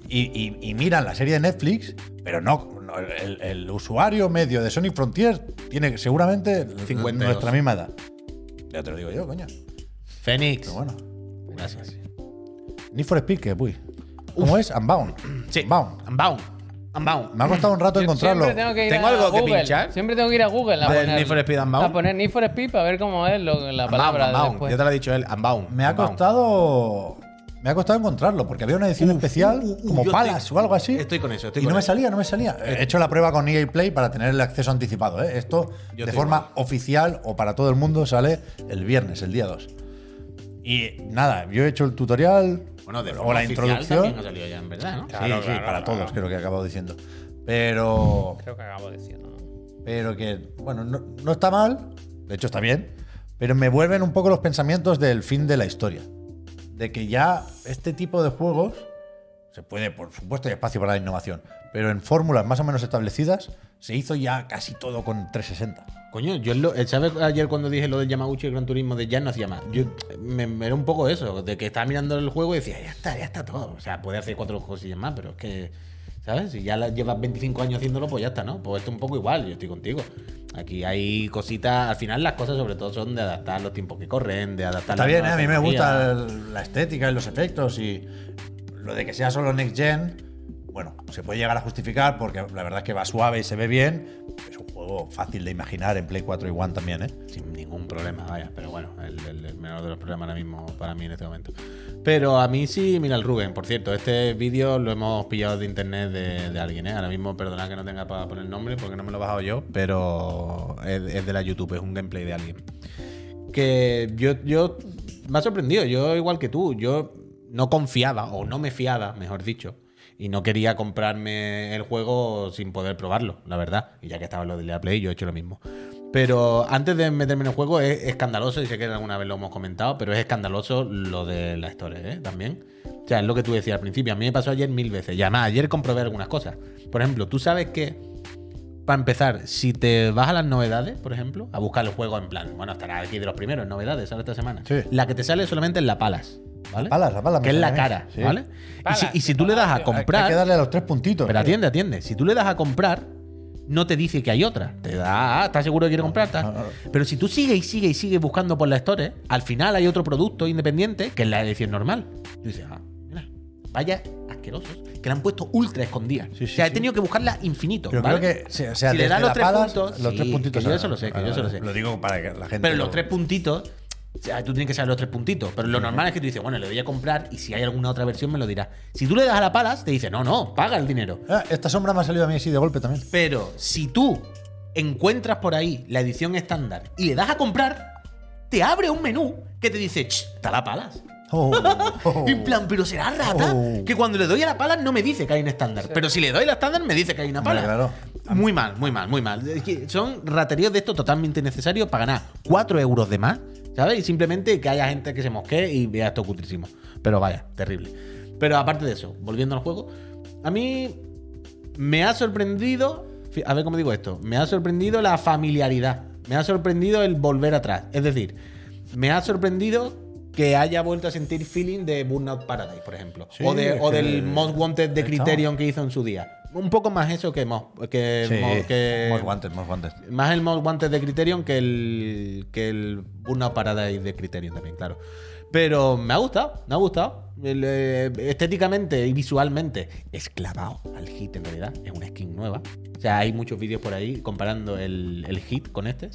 B: Y, y- y miran la serie de Netflix, pero no, no, el, el usuario medio de Sonic Frontier tiene seguramente
C: 52.
B: nuestra misma edad. Ya te lo digo yo, coño.
C: Fénix.
B: Pero bueno.
C: Gracias.
B: Need for Speed, que uy. ¿Cómo es? Unbound.
C: Sí.
B: Unbound.
C: Unbound. Unbound.
B: Me ha costado un rato
A: Yo
B: encontrarlo.
A: Siempre tengo que ir
C: ¿Tengo
A: a
C: algo que
A: Google.
C: pinchar?
A: Siempre tengo que ir a Google a
C: ¿Del
A: poner
C: Need for Speed Unbound?
A: A poner Need for Speed para ver cómo es lo- la palabra de
C: Unbound,
A: después.
C: Ya te lo ha dicho él. Unbound.
B: Me ha
C: Unbound.
B: costado. Me ha costado encontrarlo, porque había una edición especial,
C: uh, uh,
B: como
C: yo
B: palas
C: estoy-
B: o algo así.
C: estoy con eso, estoy
B: y
C: con
B: no me
C: eso.
B: salía, no me salía. He hecho la prueba con EA Play para tener el acceso anticipado. ¿eh? Esto,
C: Yo
B: de
C: estoy
B: forma oficial o para todo el mundo, sale el viernes, el día 2. Y nada, yo he hecho el tutorial
C: Bueno, de
B: o
C: forma
B: la
C: oficial
B: introducción.
C: también ha salido ya, en verdad, ¿no?
B: sí,
A: Claro,
B: sí,
A: claro,
B: para
A: claro.
B: todos, creo que he acabado diciendo. Pero
A: Creo que acabo diciendo. ¿no?
B: pero que, bueno, no, no está mal, de hecho está bien, pero me vuelven un poco los pensamientos del fin de la historia. De que ya este tipo de juegos, se puede, por supuesto, hay espacio para la innovación, pero en fórmulas más o menos establecidas, se hizo ya casi todo con 360.
C: Coño, yo lo, ¿sabes ayer cuando dije lo del Yamaguchi y el Gran Turismo de ya no hacía más? Yo me, me era un poco eso, de que estaba mirando el juego y decía, ya está, ya está todo. O sea, puede hacer cuatro cosillas más, pero es que, ¿sabes? Si ya la- llevas 25 años haciéndolo, pues ya está, ¿no? Pues esto es un poco igual, yo estoy contigo. Aquí hay cositas, al final las cosas sobre todo son de adaptar los tiempos que corren, de adaptar
B: Está
C: las
B: bien, ¿eh?
C: nuevas
B: a mí me gusta
C: tecnologías.
B: el- la estética y los efectos y lo de que sea solo next gen. Bueno, se puede llegar a justificar porque la verdad es que va suave y se ve bien. Es un juego fácil de imaginar en Play 4 y One también, ¿eh?
C: Sin ningún problema, vaya. Pero bueno, el, el- el menor de los problemas ahora mismo para mí en este momento. Pero a mí sí, mira el Rubén. Por cierto, este vídeo lo hemos pillado de internet de, de alguien, ¿eh? Ahora mismo, perdonad que no tenga para poner el nombre porque no me lo he bajado yo, pero es, es de la YouTube, es un gameplay de alguien. Que yo, yo me ha sorprendido, yo igual que tú, yo no confiaba, o no me fiaba, mejor dicho, y no quería comprarme el juego sin poder probarlo, la verdad. Y ya que estaba en lo de la Play, yo he hecho lo mismo. Pero antes de meterme en el juego, es escandaloso, y sé que alguna vez lo hemos comentado, pero es escandaloso lo de la historia, ¿eh? También. O sea, es lo que tú decías al principio. A mí me pasó ayer mil veces. Y además, ayer comprobé algunas cosas. Por ejemplo, tú sabes que para empezar, si te vas a las novedades, por ejemplo, a buscar el juego en plan, bueno, estará aquí de los primeros, novedades, ahora esta semana.
B: Sí.
C: La que te sale solamente es la palas, ¿vale?
B: Palas, la palas me
C: Que es la
B: sale a mí,
C: cara,
B: sí.
C: ¿vale?
A: Palas,
C: y si, y si
A: la
C: tú le das
A: palas,
C: a
A: tío.
B: Hay
C: comprar.
B: que darle a los tres puntitos.
C: Pero
B: tío.
C: atiende, atiende. Si tú le das a comprar, no te dice que hay otra. Te da, ah, ¿estás seguro que quiere comprar? Tal. Pero si tú sigues y sigues y sigues buscando por la Store, al final hay otro producto independiente que es la edición normal. Tú dices, ah, mira, vaya asquerosos, que la han puesto ultra escondida.
B: Sí, sí,
C: o sea, he
B: sí.
C: tenido que buscarla infinito.
B: Pero
C: ¿vale?
B: creo que, se- o sea,
C: si le
B: desde
C: das los
B: la
C: tres
B: palas,
C: puntos,
B: los
C: sí,
B: tres puntitos.
C: que yo
B: a-
C: eso lo sé, que
B: vale,
C: yo eso lo
B: vale.
C: sé.
B: Lo digo para que la gente.
C: Pero
B: lo-
C: los tres puntitos. o sea, tú tienes que saber los tres puntitos. Pero lo normal es que tú dices, bueno, le voy a comprar y si hay alguna otra versión me lo dirá. Si tú le das a la palas, te dice, no, no, paga el dinero.
B: Ah, esta sombra me ha salido a mí así de golpe también.
C: Pero si tú encuentras por ahí la edición estándar y le das a comprar, te abre un menú que te dice, "Ch, está la palas.
B: Oh, oh.
C: Y En plan, pero será rata
B: Oh.
C: que cuando le doy a la palas no me dice que hay un estándar. Pero si le doy a la estándar me dice que hay una
B: Hombre,
C: pala.
B: claro.
C: Muy mal, muy mal, muy mal. Es que son rateríos de esto totalmente necesarios para ganar 4 euros de más, ¿sabes? Y simplemente que haya gente que se mosquee y vea esto cutrísimo. Pero vaya, terrible. Pero aparte de eso, volviendo al juego, a mí me ha sorprendido, fi- a ver cómo digo esto, me ha sorprendido la familiaridad, me ha sorprendido el volver atrás, es decir, me ha sorprendido que haya vuelto a sentir feeling de Burnout Paradise, por ejemplo,
B: Sí,
C: o, de-
B: es
C: o
B: que-
C: del Most Wanted de
B: Ahí
C: Criterion que hizo en su día. Un poco más eso que Most, que, Most- que-
B: Más guantes, más guantes.
C: más el Most Wanted de Criterion que el que el Burnout Paradise de Criterion también, claro. Pero me ha gustado, me ha gustado. El, eh, estéticamente y visualmente es clavado al hit en realidad. Es una skin nueva. O sea, hay muchos vídeos por ahí comparando el, el hit con este.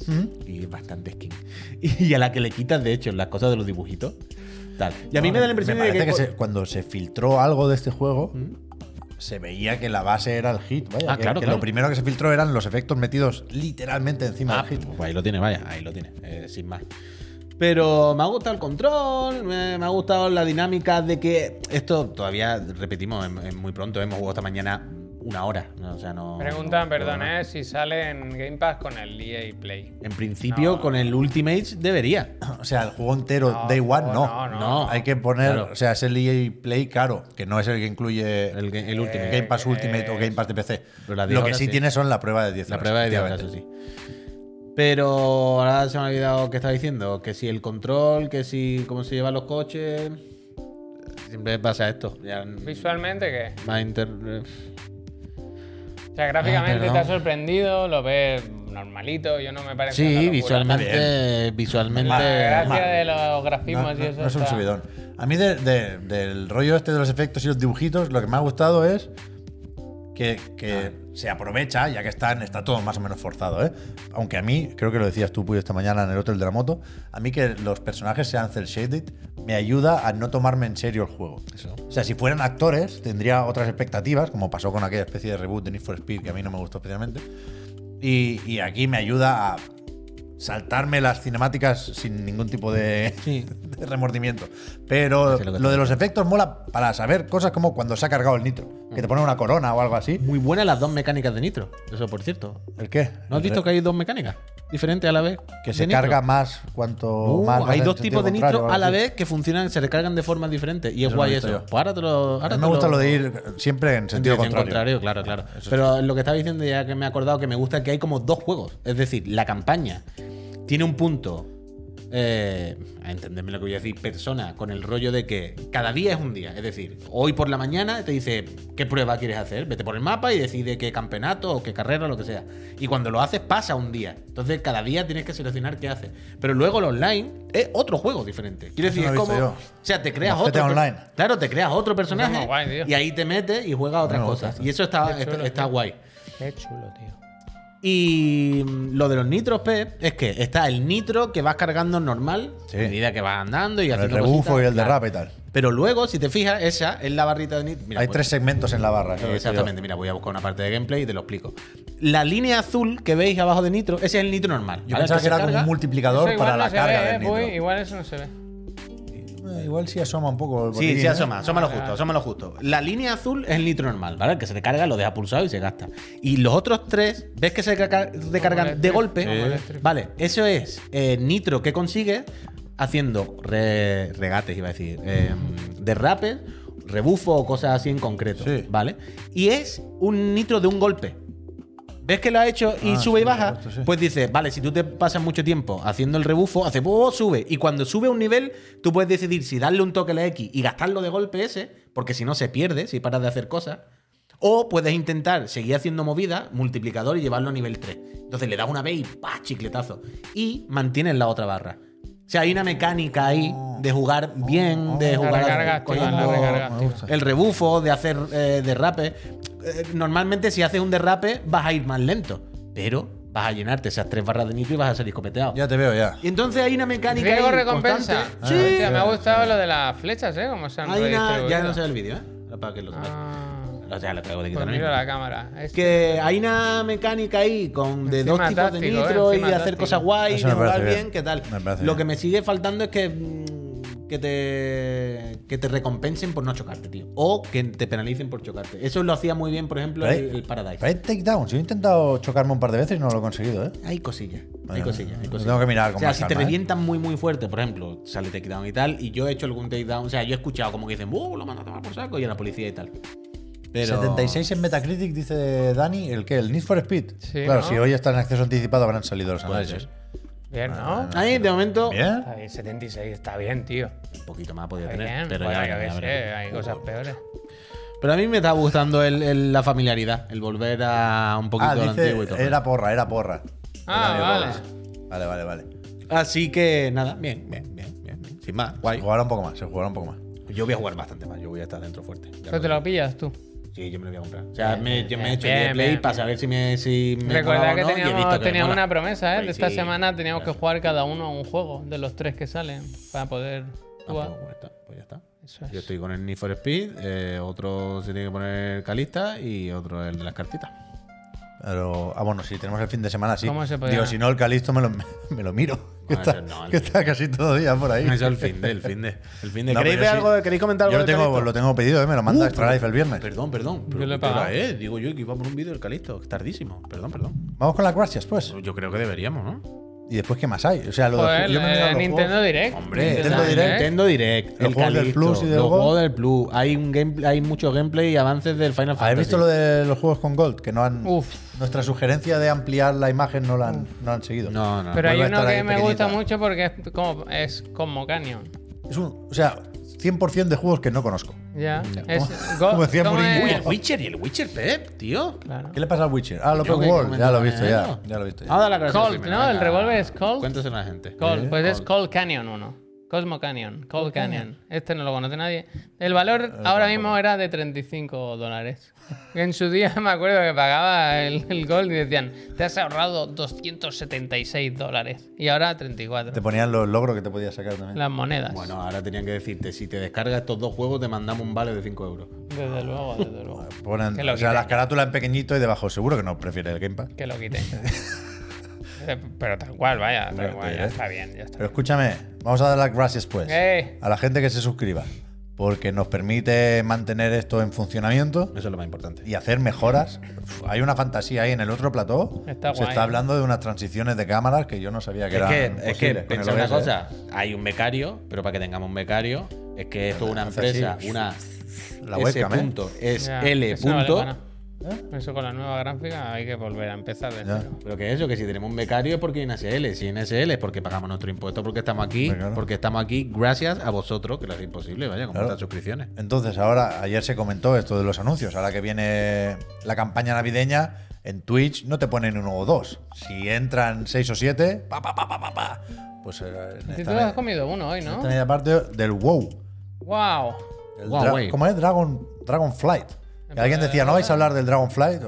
C: Y es bastante skin. Y a la que le quitas, de hecho, las cosas de los dibujitos. Tal. Y a mí me da la impresión de
B: parece
C: que. Mm.
B: que se- cuando se filtró algo de este juego, se veía que la base era el hit. Vaya,
C: Ah,
B: que,
C: claro,
B: que
C: claro.
B: lo primero que se filtró eran los efectos metidos literalmente encima
C: Ah,
B: del hit.
C: pues ahí lo tiene, vaya, ahí lo tiene, eh, sin más. Pero me ha gustado el control, me, me ha gustado la dinámica de que esto todavía, repetimos, es, es muy pronto, hemos jugado esta mañana una hora. ¿no? O sea, no,
A: Preguntan,
C: no-
A: perdón,
C: no-
A: ¿eh? Si sale en Game Pass con el EA Play.
C: En principio,
A: No.
C: con el Ultimate debería.
B: O sea, el juego entero,
A: No,
B: Day One, no.
A: no, no.
C: No.
B: Hay que poner,
C: Claro.
B: o sea, es el EA Play caro, que no es el que incluye
C: El, ga- el Ultimate.
B: Game Pass
A: Eh,
B: Ultimate o Game Pass de PC.
C: Pero la de
B: Lo que
C: ahora
B: sí
C: sí.
B: tiene son la prueba de 10
C: la
B: horas,
C: prueba de diablo, eso
B: efectivamente.
C: sí. Pero ahora se me ha olvidado qué estaba diciendo. Que si el control, que si cómo se llevan los coches. Siempre pasa esto. Ya,
A: Visualmente, ¿qué?
C: más inter-
A: O sea, gráficamente
C: Ah, perdón.
A: te ha sorprendido, lo ves normalito, yo no me parece una
C: Sí,
A: locura.
C: visualmente.
A: La gracia
C: Visualmente.
B: mal.
A: de los
B: No,
A: grafismos y
B: no-
A: eso
B: no es un
A: está-
B: subidón. A mí de- de- del rollo este de los efectos y los dibujitos, lo que me ha gustado es que, que se aprovecha, ya que están, está todo más o menos forzado, ¿eh? Aunque a mí, creo que lo decías tú, Puyo, esta mañana en el hotel de la moto, a mí que los personajes sean cel shaded me ayuda a no tomarme en serio el juego.
C: Eso.
B: O sea, si fueran actores, tendría otras expectativas, como pasó con aquella especie de reboot de Need for Speed que a mí no me gustó especialmente. Y, y aquí me ayuda a saltarme las cinemáticas sin ningún tipo de,
C: Sí.
B: de remordimiento. Pero
C: Sí, lo
B: lo,
C: que
B: de los efectos mola para saber cosas como cuando se ha cargado el nitro, que te pone una corona o algo así.
C: Muy buenas las dos mecánicas de Nitro. Eso, por cierto.
B: ¿El qué?
C: ¿No has visto que hay dos mecánicas diferentes a la vez?
B: Que
C: de
B: se
C: Nitro?
B: carga más cuanto
C: Uh,
B: más. vas
C: hay
B: en
C: dos
B: sentido
C: tipos de
B: contrario o algo
C: nitro a la
B: así.
C: vez que funcionan, se recargan de formas diferentes. Y es
B: Eso no lo
C: guay
B: he visto
C: eso.
B: yo.
C: Pues ahora te lo.
B: A
C: Ahora
B: mí
C: te
B: me gusta lo de ir siempre en
C: en
B: sentido
C: dirección
B: contrario.
C: claro, claro. Pero lo que estaba diciendo, ya que me he acordado, que me gusta que hay como dos juegos. Es decir, la campaña tiene un punto. eh, a entenderme lo que voy a decir, persona, con el rollo de que cada día es un día. Es decir, hoy por la mañana te dice qué prueba quieres hacer, vete por el mapa y decide qué campeonato o qué carrera o lo que sea. Y cuando lo haces, pasa un día. Entonces, cada día tienes que seleccionar qué haces. Pero luego el online es otro juego diferente. Quiero
B: Eso
C: decir,
B: no lo
C: es
B: he
C: como.
B: visto
C: O sea, te creas
B: Como
C: otro.
B: GTA
C: per-
B: Online.
C: Claro, te creas otro personaje.
A: muy guay, tío.
C: y ahí te metes y juegas otras
B: No,
C: cosas.
B: no, no.
C: Y eso está,
A: Qué chulo,
C: está, está
A: tío.
C: guay.
A: Qué chulo, tío.
C: Y mm, lo de los nitros, Pep, es que está el nitro que vas cargando normal
B: Sí.
C: a medida que vas andando y
B: Con El
C: haciendo
B: rebufo
C: cositas,
B: y el
C: claro.
B: derrape y tal.
C: Pero luego, si te fijas, esa es la barrita de nitro. Mira,
B: Hay
C: pues, eh,
B: tres segmentos en la barra. Este, eso lo he visto yo.
C: Exactamente, mira, voy a buscar una parte de gameplay y te lo explico. La línea azul que veis abajo de nitro, ese es el nitro normal.
B: Yo
C: ¿vale?
B: pensaba
C: se
B: que era como
C: carga.
B: un multiplicador
A: Eso igual
B: para
A: no
B: la
A: se
B: carga
A: ve,
B: del
A: eh,
B: nitro.
A: Puy, Igual eso no se ve.
B: Eh, Igual sí asoma un poco. el
C: Sí,
B: botiquín,
C: sí,
B: ¿eh?
C: asoma, asoma lo
A: Vale,
C: justo,
A: vale.
C: asoma lo justo. La línea azul es el nitro normal, ¿vale? El que se recarga, lo deja pulsado y se gasta. Y los otros tres, ¿ves que se reca-
A: Como
C: recargan
A: el
C: de
A: Strip,
C: golpe?
A: como el Strip.
C: Vale, eso es eh, nitro que consigues haciendo re- regates, iba a decir, eh, derrapes, rebufo o cosas así en concreto,
B: Sí.
C: ¿vale? Y es un nitro de un golpe. ¿Ves que lo ha hecho y
B: Ah,
C: sube y
B: sí, lo he
C: baja?
B: puesto, sí.
C: Pues dices, vale, si tú te pasas mucho tiempo haciendo el rebufo, hace oh, sube. Y cuando sube un nivel, tú puedes decidir si darle un toque a la X y gastarlo de golpe ese, porque si no se pierde, si paras de hacer cosas. O puedes intentar seguir haciendo movida, multiplicador y llevarlo a nivel 3. Entonces le das una vez y ¡pa! chicletazo. Y mantienes la otra barra. O sea, hay una mecánica ahí
B: Oh.
C: de jugar bien, de
A: La
C: jugar
A: recarga activa, la
C: cogiendo-
A: recarga
B: me
A: activa.
B: gusta. Eh,
C: el rebufo, de hacer eh, derrape. Eh, normalmente, si haces un derrape, vas a ir más lento. Pero vas a llenarte esas tres barras de nitro y vas a salir copeteado.
B: Ya te veo, ya.
C: Y entonces hay una mecánica.
A: Riego
C: ahí
A: recompensa.
C: constante.
B: Ah,
A: Sí,
B: sí,
A: me ha gustado
B: sí.
A: lo de las flechas, ¿eh? Como se han
C: Hay una. Ya no
A: redistribuido.
C: se ve el vídeo, ¿eh? Ahora Para que lo sepáis.
A: Ah,
C: O sea, lo acabo
A: pues
C: de quitar. ahora
A: miro
C: mismo.
A: la cámara. Es-
C: Que hay una mecánica ahí con de
A: Encima
C: dos tipos de
A: táctico, ¿eh?
C: nitro y
A: Encima
C: hacer
A: táctico.
C: cosas guay,
B: Eso
C: de
B: me parece
C: jugar bien,
B: bien.
C: ¿qué tal?
B: Me parece
C: Lo
B: bien.
C: que me sigue faltando es que, mm, que te que te recompensen por no chocarte, tío. O que te penalicen por chocarte. Eso lo hacía muy bien, por ejemplo,
B: Pero hay-
C: el, el Paradise.
B: Pero hay takedowns. Yo he intentado chocarme un par de veces y no lo he conseguido, ¿eh?
C: Hay cosillas, hay
B: Bueno,
C: cosillas, hay
B: lo
C: cosillas.
B: tengo que mirar con
C: O sea,
B: más
C: si te
B: calma, ¿eh?
C: revientan muy, muy fuerte, por ejemplo, sale takedown y tal, y yo he hecho algún takedown, o sea, yo he escuchado como que dicen, ¡uh, lo mandan a tomar por saco! Y a la policía y tal. Pero...
B: 76 en Metacritic, dice Dani, ¿el qué? ¿El Need for Speed?
A: Sí,
B: claro,
A: ¿no?
B: si hoy está en acceso anticipado habrán salido los
C: Puede
B: análisis.
A: Bien, ¿no?
C: Ahí, de momento,
B: Ah, ¿Bien?
A: Está bien, 76 está bien, tío.
C: un poquito más podía
A: Está
C: tener,
A: bien.
C: pero
A: Bueno, eh,
C: ya Oh.
A: yo qué
C: veré, ya
A: sé,
C: veré.
A: hay cosas peores.
C: Pero a mí me está gustando el, el- la familiaridad, el volver a un poquito
B: Ah,
C: a lo antiguo
B: dice,
C: y todo.
B: era porra, era porra.
A: Ah,
B: Era
A: vale.
B: porra. Vale, vale, vale.
C: Así que, nada, bien, bien, bien, bien, bien. Sin más,
B: Se
C: guay.
B: jugará un poco más, se jugará un poco más.
C: Yo voy a jugar bastante más, yo voy a estar dentro fuerte. Ya
A: Pero te lo pillas tú.
C: Sí, yo me lo voy a comprar. O sea, me, yo me
A: bien,
C: he hecho el
A: bien,
C: Play
A: bien.
C: para saber si me. Si me molaba
A: Recordad
C: o
A: que
C: no, y he visto
A: teníamos,
C: me
A: teníamos
C: mola.
A: una promesa, ¿eh?
C: Pues
A: De esta
C: sí,
A: semana teníamos
C: claro.
A: que jugar cada uno a un juego de los tres que salen para poder
C: Ah,
A: jugar.
C: pues, bueno, está, pues ya está.
A: Eso es.
C: Yo estoy con el Need for Speed, eh, otro se tiene que poner Calista y otro el de las cartitas.
B: Pero, ah, bueno, si tenemos el fin de semana, sí.
A: ¿Cómo se podía?
B: Digo, si no, el Calisto me lo, me lo miro. Que
C: Bueno,
B: está,
C: no, el-
B: que está casi todavía por ahí.
C: Eso es el fin de, el fin de. El fin de.
B: No,
C: ¿Queréis,
B: pero yo
C: ver
B: sí-
C: algo, de- ¿Queréis comentar algo?
B: Yo lo
C: de
B: tengo,
C: Calista?
B: lo tengo pedido, ¿eh? me lo manda
C: Uh,
B: Extra Life el viernes.
C: Perdón, perdón. pero
A: Yo lo he
C: ¿qué eh? hora
A: pagado.
C: es? Digo yo que iba por un vídeo del Calista, que es tardísimo. Perdón, perdón.
B: Vamos con las gracias, pues.
C: Yo creo que deberíamos, ¿no?
B: ¿Y después qué más hay? O sea, lo
A: Joder,
B: de. yo me he mirado
A: eh,
B: los juegos.
A: Nintendo Direct.
B: Hombre,
A: Nintendo
B: Nintendo
A: Direct.
B: Direct.
C: Nintendo Direct,
B: Los
C: el
B: juegos del
C: Calisto,
B: Plus y del
C: los
B: Gold.
C: juegos del Plus. Hay un gameplay, hay mucho gameplay y avances del Final Fantasy.
B: ¿Habéis visto lo de los juegos con Gold? Que no han.
A: Uf.
B: Nuestra sugerencia de ampliar la imagen no la han, no la han seguido.
C: No, Ah, no.
A: Pero hay
B: Vuelve a
A: uno
B: estar
A: que
B: ahí
A: me gusta
B: pequeñita.
A: mucho porque es como, es como Canyon.
B: Es un, o sea, 100% de juegos que no conozco.
A: Ya. Es,
B: como
A: Go-
B: decía
A: ¿cómo
B: Mourinho.
A: es?
C: Uy, el Witcher y el Witcher Pep, tío.
A: Claro.
B: ¿Qué le pasa al Witcher? Ah, el
C: Yo
B: Open
C: que
B: World. Ya lo he
C: comentaba,
B: visto, ya.
C: ¿no? Ah.
B: Ya lo he visto. ya.
C: Vamos a dar la gracia
A: Colt,
C: primero,
A: ¿no?
C: venga.
A: El revólver es Colt.
C: Cuéntaselo a la gente.
A: Cold, pues es
B: Cold.
A: Cold Canyon 1. Cosmo Canyon. Cold Canyon. Este no lo conoce nadie. El valor ahora mismo era de 35 dólares. En su día me acuerdo que pagaba el, el Gold y decían, te has ahorrado 276 dólares. Y ahora 34.
B: Te ponían los logros que te podías sacar también.
A: Las monedas.
C: Bueno, ahora tenían que decirte, si te descargas estos dos juegos, te mandamos un vale de 5 euros.
A: Desde luego, desde luego.
B: Ponen,
A: Que lo
B: o sea, las
A: quiten.
B: carátulas en pequeñito y debajo. Seguro que no prefiere el Game Pass.
A: Que lo quiten. Eh, Pero tal cual, vaya, tal
B: Hombre,
A: cual. Ya
B: eh.
A: está bien, ya está.
B: Pero escúchame, vamos a dar las gracias pues
A: Eh.
B: a la gente que se suscriba. Porque nos permite mantener esto en funcionamiento
C: Eso es lo más importante.
B: y hacer mejoras. Uf, hay una fantasía ahí en el otro plató.
A: Está
B: se
A: guay. ¿eh?
B: está hablando de unas transiciones de cámaras que yo no sabía que
C: Es
B: eran
C: que, es que
B: posibles con el ¿eh?
C: pensad una
B: OBS,
C: cosa, hay un becario, pero para que tengamos un becario, es que esto es una
B: hace así,
C: empresa, una
B: La
C: S
B: webcam, ¿eh?
C: punto, es
A: Ya,
C: L
A: eso no vale
C: punto.
A: para nada. Eso con la nueva gráfica hay que volver a empezar de
B: Ya.
A: cero.
C: Pero que eso, que si tenemos un becario es porque hay una SL, si hay una SL es porque pagamos nuestro impuesto, porque estamos aquí,
B: Hombre, claro.
C: porque estamos aquí gracias a vosotros, que lo hacéis posible, vaya, con
B: Claro.
C: vuestras suscripciones.
B: Entonces, ahora, ayer se comentó esto de los anuncios. Ahora que viene la campaña navideña, en Twitch no te ponen uno o dos. Si entran seis o siete, pa, pa, pa, pa, pa, pa, pues eh, en
A: Si
B: esta
A: tú has
B: media-
A: comido uno hoy, ¿no?
B: esta media parte del WoW.
A: ¡Wow!
B: El
C: Wow,
B: dra-
C: wey.
B: ¿Cómo es? Dragon, Dragonflight. Que alguien decía, ¿no vais a hablar del Dragonflight?